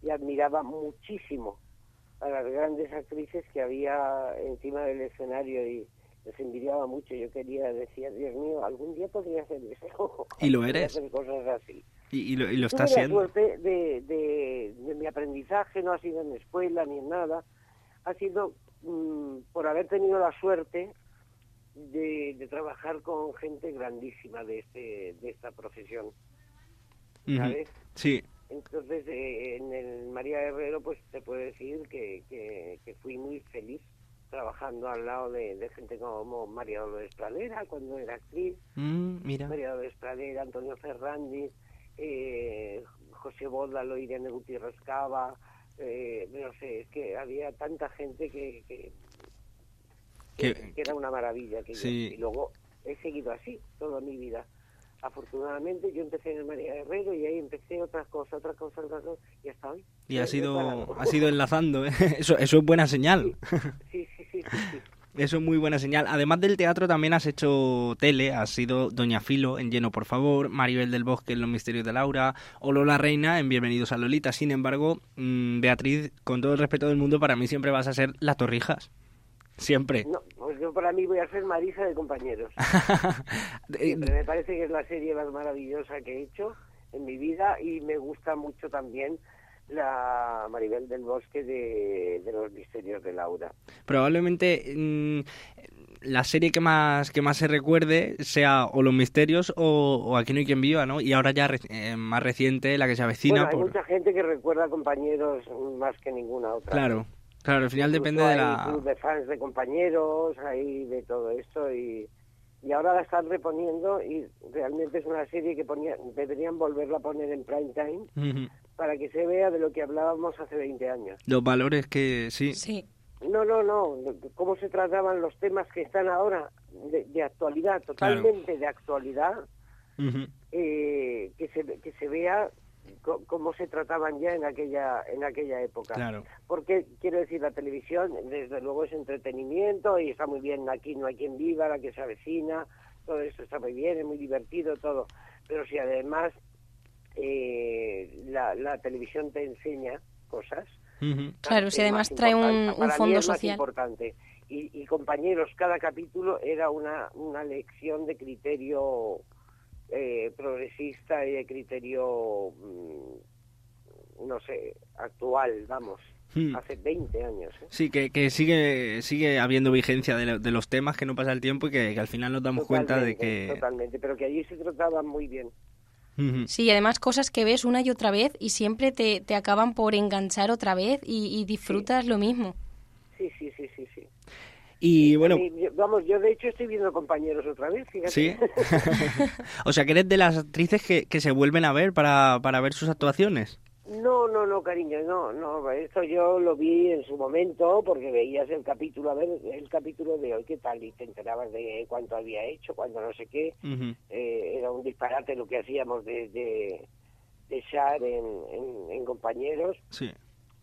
M: y admiraba muchísimo a las grandes actrices que había encima del escenario y les envidiaba mucho. Yo quería, decía, Dios mío, algún día podría hacer eso.
B: Y lo
M: Podría
B: eres.
M: hacer cosas así.
B: Y, y lo, y
M: Tuve
B: lo está haciendo.
M: la suerte de, de- de mi aprendizaje, no ha sido en escuela ni en nada, ha sido mm, por haber tenido la suerte de, de trabajar con gente grandísima de, este, de esta profesión.
B: Ujú.
M: ¿sabes?
B: Sí.
M: Entonces, eh, en el María Herrero, pues te puedo decir que, que- que fui muy feliz trabajando al lado de, de gente como María Dolores Pradera, cuando era actriz,
B: Mm, mira.
M: María Dolores Pradera, Antonio Fernández, eh, José Bódalo, Irene Gutiérrez Cava, eh, no sé, es que había tanta gente que, que,
N: Que-
M: que era una maravilla. Que yo-
N: Sí.
M: y luego he seguido así toda mi vida. Afortunadamente yo empecé en el María Guerrero y ahí empecé otras cosas, otras cosas, otras cosas, y hasta hoy.
B: Y ha sido, ha sido enlazando, ¿eh? Eso, eso es buena señal. Eso es muy buena señal. Además del teatro, también has hecho tele. Has sido Doña Filo en Lleno, por favor. Maribel del Bosque en Los Misterios de Laura. O Lola Reina en Bienvenidos a Lolita. Sin embargo, mm, Beatriz, con todo el respeto del mundo, para mí siempre vas a ser las torrijas. Siempre.
M: No, pues yo para mí voy a ser Marisa de compañeros.
B: Eh,
M: Siempre me parece que es la serie más maravillosa que he hecho en mi vida y me gusta mucho también la Maribel del Bosque de, de los misterios de Laura.
B: Probablemente mm, la serie que más, que más se recuerde sea o Los Misterios o, o Aquí no hay quien viva, ¿no? Y ahora ya reci- eh, más reciente, la que se avecina.
M: bueno, hay
B: por-
M: mucha gente que recuerda a compañeros más que ninguna otra.
B: Claro, claro, al final depende de
M: hay
B: la...
M: club de fans de compañeros, hay de todo esto y, y ahora la están reponiendo y realmente es una serie que ponía, deberían volverla a poner en prime time
B: Ujú.
M: para que se vea de lo que hablábamos hace 20 años.
B: Los valores que sí.
M: No, no, no, cómo se trataban los temas que están ahora de, de actualidad, totalmente de actualidad,
B: Ujú.
M: eh, que, se, que se vea co- cómo se trataban ya en aquella, en aquella época.
B: Claro.
M: Porque quiero decir, la televisión, desde luego, es entretenimiento y está muy bien. Aquí no hay quien viva, la que se avecina, todo esto está muy bien, es muy divertido, todo. Pero si además eh, la, la televisión te enseña cosas.
L: Claro,
M: es
L: si además
M: más
L: trae un-
M: importante.
L: un
M: Para mí
L: fondo
M: es más
L: social.
M: importante. Y, y, compañeros, cada capítulo era una, una lección de criterio eh, progresista y de criterio, mm, no sé, actual, vamos.
B: Hmm.
M: Hace 20 años. ¿eh?
B: Sí, que, que sigue sigue habiendo vigencia de, lo- de los temas, que no pasa el tiempo y que, que al final nos damos cuenta de
M: Totalmente,
B: que...
M: Totalmente, pero que allí se trataban muy bien.
B: Ujú.
L: Sí, y además cosas que ves una y otra vez y siempre te, te acaban por enganchar otra vez y, y disfrutas lo mismo.
M: Sí, sí, sí, sí, sí.
B: Y bueno,
M: A mí, yo- vamos, yo de hecho estoy viendo compañeros otra vez, fíjate.
B: sí. o sea, que eres de las actrices que, que se vuelven a ver para, para ver sus actuaciones.
M: No, no, no, cariño, no, no, esto yo lo vi en su momento porque veías el capítulo, a ver, el capítulo de hoy, qué tal, y te enterabas de cuánto había hecho, cuánto no sé qué. Eh, era un disparate lo que hacíamos de, de, de Shar en, en- en compañeros,
B: Sí.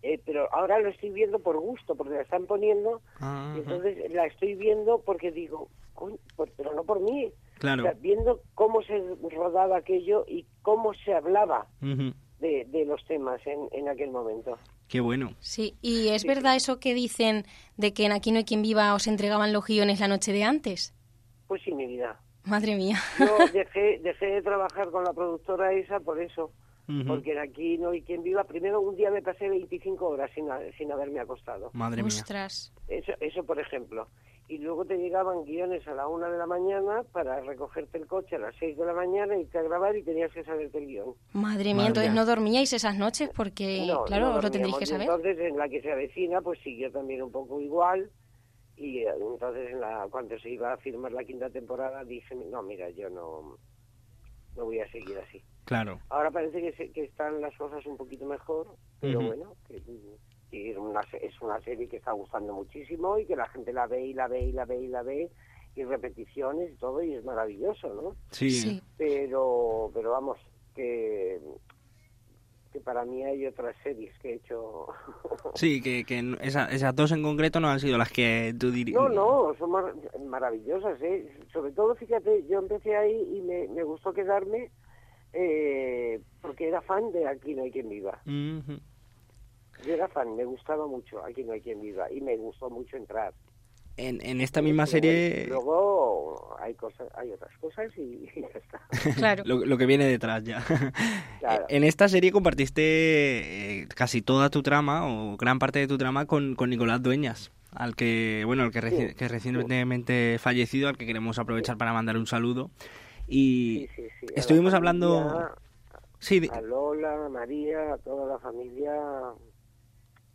M: Eh, pero ahora lo estoy viendo por gusto, porque la están poniendo,
B: Ah,
M: y entonces la estoy viendo porque digo, "Coño, por- pero no por mí,
B: Claro.
M: O sea, viendo cómo se rodaba aquello y cómo se hablaba
B: Ujú.
M: de, de los temas en, en aquel momento.
B: Qué bueno.
L: Sí, y es verdad eso que dicen de que en Aquí no hay quien viva os entregaban los guiones la noche de antes.
M: Pues sí, mi vida.
L: Madre mía.
M: Yo dejé, dejé de trabajar con la productora esa por eso,
L: Ujú.
M: porque de aquí no hay quien viva. Primero, un día me pasé 25 horas sin, ha- sin haberme acostado.
B: Madre mía.
L: Ostras.
M: Eso, eso, por ejemplo. Y luego te llegaban guiones a la una de la mañana para recogerte el coche a las seis de la mañana, irte a grabar y tenías que saberte el guión.
L: Madre
M: Madre
L: mía, entonces
M: mía.
L: no dormíais esas noches porque,
M: No,
L: claro,
M: no
L: lo
M: dormíamos.
L: tendréis que
M: Y
L: saber.
M: Entonces, en la que se avecina, pues siguió también un poco igual. Y eh, entonces, en la, cuando se iba a firmar la quinta temporada, dije, no, mira, yo no, no voy a seguir así.
B: Claro.
M: Ahora parece que, se- que están las cosas un poquito mejor, pero
B: Ujú.
M: bueno, que, que es, una, se- es una serie que está gustando muchísimo y que la gente la ve y la ve y la ve y la ve y repeticiones y todo y es maravilloso, ¿no?
B: Sí. Sí.
M: Pero, pero vamos, que, que para mí hay otras series que he hecho.
B: Sí, que, que n- esa- esas dos en concreto no han sido las que tú dirías.
M: No, no, son mar- maravillosas, ¿eh? Sobre todo, fíjate, yo empecé ahí y me, me gustó quedarme eh, porque era fan de Aquí no hay quien viva. Yo era fan, me gustaba mucho Aquí no hay quien viva y me gustó mucho entrar.
B: En, en esta misma
M: Pero bueno,
B: serie,
M: Luego hay cosas, hay otras cosas y, y ya está.
B: lo, lo que viene detrás ya.
M: Claro.
B: En esta serie compartiste eh, casi toda tu trama o gran parte de tu trama con, con Nicolás Dueñas, al que bueno, al que, reci-
M: Sí,
B: que recientemente fallecido, al que queremos aprovechar para mandar un saludo. Y
M: Sí, a la
B: estuvimos
M: familia,
B: hablando. Sí, di-
M: A Lola, a María, a toda la familia,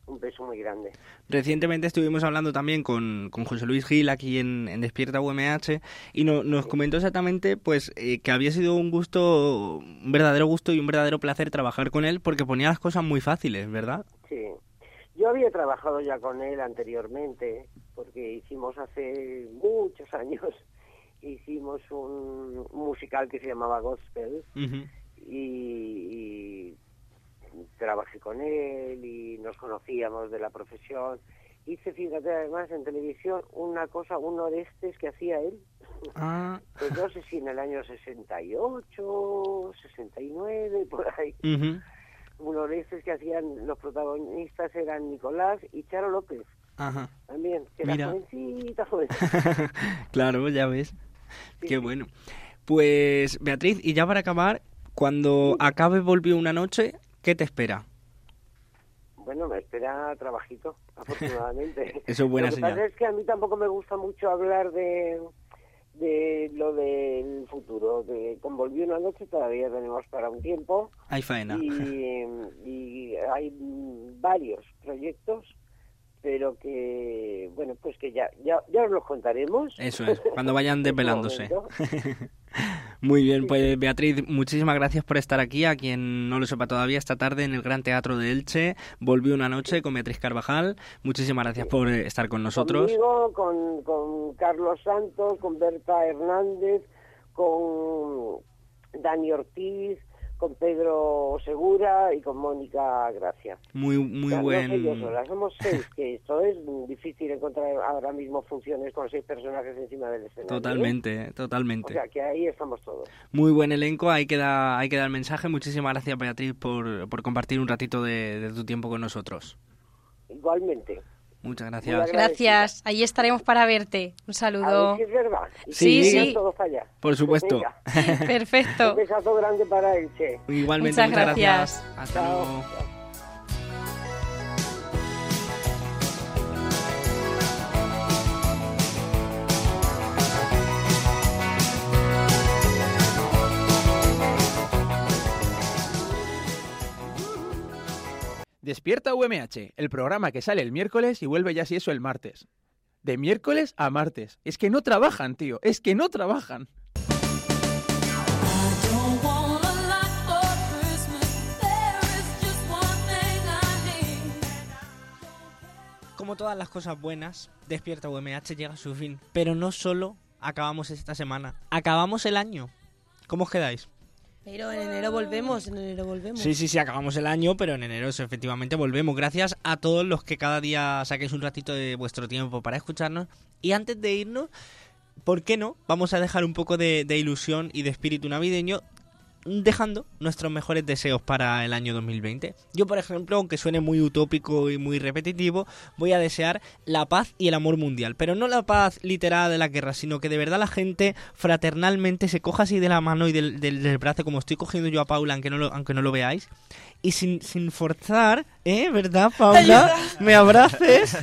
M: un beso muy grande.
B: Recientemente estuvimos hablando también con, con José Luis Gil aquí en, en Despierta UMH y no- nos comentó exactamente pues eh, que había sido un gusto, un verdadero gusto y un verdadero placer trabajar con él porque ponía las cosas muy fáciles, ¿verdad?
M: Sí, Yo había trabajado ya con él anteriormente, porque hicimos hace muchos años, hicimos un musical que se llamaba Gospel y, y trabajé con él y nos conocíamos de la profesión. Hice, fíjate, además en televisión una cosa, uno de estos que hacía él,
B: Ah,
M: pues no sé si en el año 68, 69, por ahí.
B: ujú.
M: Uno de estos que hacían los protagonistas eran Nicolás y Charo López,
B: Ajá.
M: también, que era
B: Mira.
M: jovencita, jovencita.
B: Claro, ya ves. Qué bueno. Pues, Beatriz, y ya para acabar, cuando acabe Volvió una noche, ¿qué te espera?
M: Bueno, me espera trabajito, afortunadamente.
B: Eso es buena
M: lo que
B: señal.
M: pasa es que a mí tampoco me gusta mucho hablar de, de lo del futuro. De, con Volví una noche todavía tenemos para un tiempo.
B: Hay faena.
M: Y, y hay mm, varios proyectos, pero que, bueno, pues que ya, ya, ya os los contaremos.
B: Eso es, cuando vayan
M: En su
B: desvelándose.
M: momento.
B: Muy bien, pues Beatriz, muchísimas gracias por estar aquí. A quien no lo sepa todavía, esta tarde en el Gran Teatro de Elche, volvió una noche con Beatriz Carvajal. Muchísimas gracias por eh, estar con nosotros.
M: Conmigo, con, con Carlos Santos, con Berta Hernández, con Dani Ortiz, con Pedro Segura y con Mónica Gracia.
B: Muy, muy
M: O sea, no soy yo
B: buen.
M: sola, ¿eh? somos seis, que esto es difícil encontrar ahora mismo funciones con seis personajes encima del escenario. ¿eh?
B: Totalmente, eh,
M: O
B: totalmente.
M: sea, que ahí estamos todos.
B: Muy buen elenco, ahí queda, ahí queda el mensaje. Muchísimas gracias, Beatriz, por, por compartir un ratito de, de tu tiempo con nosotros.
M: Igualmente.
B: Muchas gracias.
L: Gracias, ahí estaremos para verte.
M: A
L: Un saludo.
M: ver si es verdad. Y
L: Sí,
M: si
L: sí.
M: vayan todos allá.
B: Por supuesto.
M: Venga.
L: Perfecto.
M: Un besazo grande para Elche.
B: Igualmente,
L: Muchas
B: muchas,
L: gracias.
B: gracias. Hasta
M: Chao.
B: luego.
H: Despierta UMH, el programa que sale el miércoles y vuelve ya si eso el martes. De miércoles a martes. Es que no trabajan, tío. Es que no trabajan.
B: Como todas las cosas buenas, Despierta UMH llega a su fin. Pero no solo acabamos esta semana, acabamos el año. ¿Cómo os quedáis?
C: Pero en enero volvemos, en enero volvemos.
B: Sí, sí, sí, acabamos el año, pero en enero sí, efectivamente volvemos. Gracias a todos los que cada día saquéis un ratito de vuestro tiempo para escucharnos. Y antes de irnos, ¿por qué no? Vamos a dejar un poco de, de ilusión y de espíritu navideño dejando nuestros mejores deseos para el año 2020. Yo, por ejemplo, aunque suene muy utópico y muy repetitivo, voy a desear la paz y el amor mundial, pero no la paz literal de la guerra, sino que de verdad la gente fraternalmente se coja así de la mano y del, del- del brazo, como estoy cogiendo yo a Paula, aunque no lo, aunque no lo veáis, y sin, sin forzar, ¿eh? ¿Verdad, Paula? Me abraces,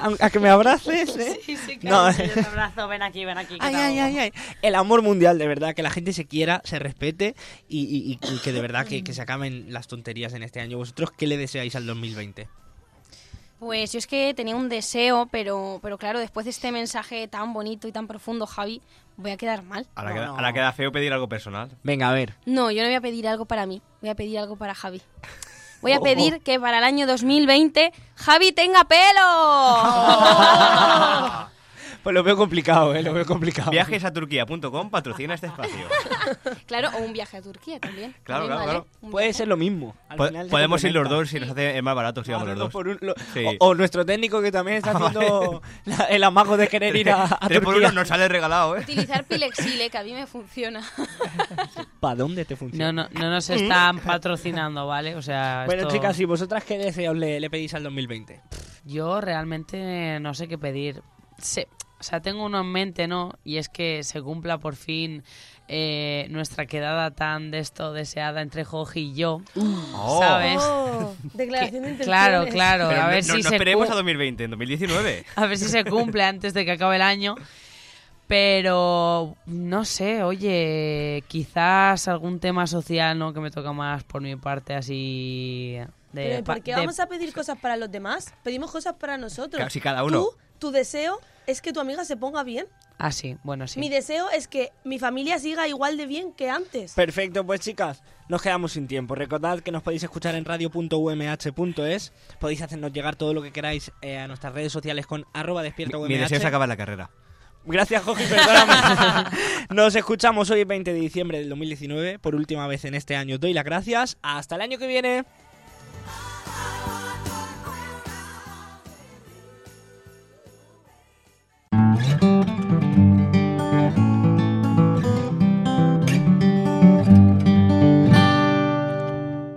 B: a, a que me abraces, ¿eh?
D: Sí, sí,
B: No,
D: claro, sí, yo te abrazo, ven aquí, ven aquí. que
B: Ay,
D: te
B: ay, ay,
D: ahogo.
B: ay. El amor mundial, de verdad, que la gente se quiera, se respete y, y- y- y que de verdad que, que se acaben las tonterías en este año. ¿Vosotros qué le deseáis al 2020?
L: Pues yo es que tenía un deseo, pero, pero claro, después de este mensaje tan bonito y tan profundo, Javi, voy a quedar mal.
J: Ahora, queda, ahora queda feo pedir algo personal.
B: Venga, a ver.
L: No, yo no voy a pedir algo para mí, voy a pedir algo para Javi. Voy a pedir que para el año 2020 Javi tenga pelo.
B: Pues lo veo complicado, ¿eh? Lo veo complicado.
J: Viajes a turquía.com patrocina este espacio.
L: claro, o un viaje a Turquía también.
J: Claro,
L: También
J: claro,
L: vale.
B: Puede ser lo mismo. Al
J: Po-
B: final se
J: podemos ir los
B: complementa.
J: dos si nos hace es más barato si vamos los
B: Dos Ah,
J: dos.
B: por un- lo-
J: Sí.
B: o, o nuestro técnico que también está haciendo la- el amago de querer ir a, a
J: Tres por uno
B: Turquía.
J: nos sale regalado, ¿eh?
L: Utilizar Pilexile, que a mí me funciona.
B: ¿Para dónde te funciona?
D: No, no, no nos están patrocinando, ¿vale? O sea,
B: Bueno,
D: esto-
B: chicas, ¿y vosotras qué deseos le, le pedís al 2020?
D: Yo realmente no sé qué pedir. Sé- o sea, tengo uno en mente, ¿no? Y es que se cumpla por fin eh, nuestra quedada tan de esto deseada entre Joji y yo, ¿sabes?
C: Oh, declaración de
D: Que-
C: intenciones.
D: claro, claro.
J: Pero
D: a
J: no-
D: ver
J: no,
D: si
J: no
D: se
J: esperemos
D: cu-
J: a 2020, en 2019.
D: a ver si se cumple antes de que acabe el año. Pero no sé, oye, quizás algún tema social, ¿no? Que me toca más por mi parte así de
C: Pero
D: pa-
C: ¿por qué
D: de-
C: vamos a pedir cosas para los demás? Pedimos cosas para nosotros.
J: Casi cada uno.
C: Tú, tu deseo es que tu amiga se ponga bien.
D: Así, bueno, Ah, sí.
C: Mi deseo es que mi familia siga igual de bien que antes.
B: Perfecto, pues chicas, nos quedamos sin tiempo. Recordad que nos podéis escuchar en radio.umh.es. Podéis hacernos llegar todo lo que queráis eh, a nuestras redes sociales con arroba despierta
J: Mi deseo es acabar la carrera.
B: Gracias, Jorge, perdóname. Nos escuchamos hoy, 20 de diciembre del 2019. Por última vez en este año, os doy las gracias. Hasta el año que viene.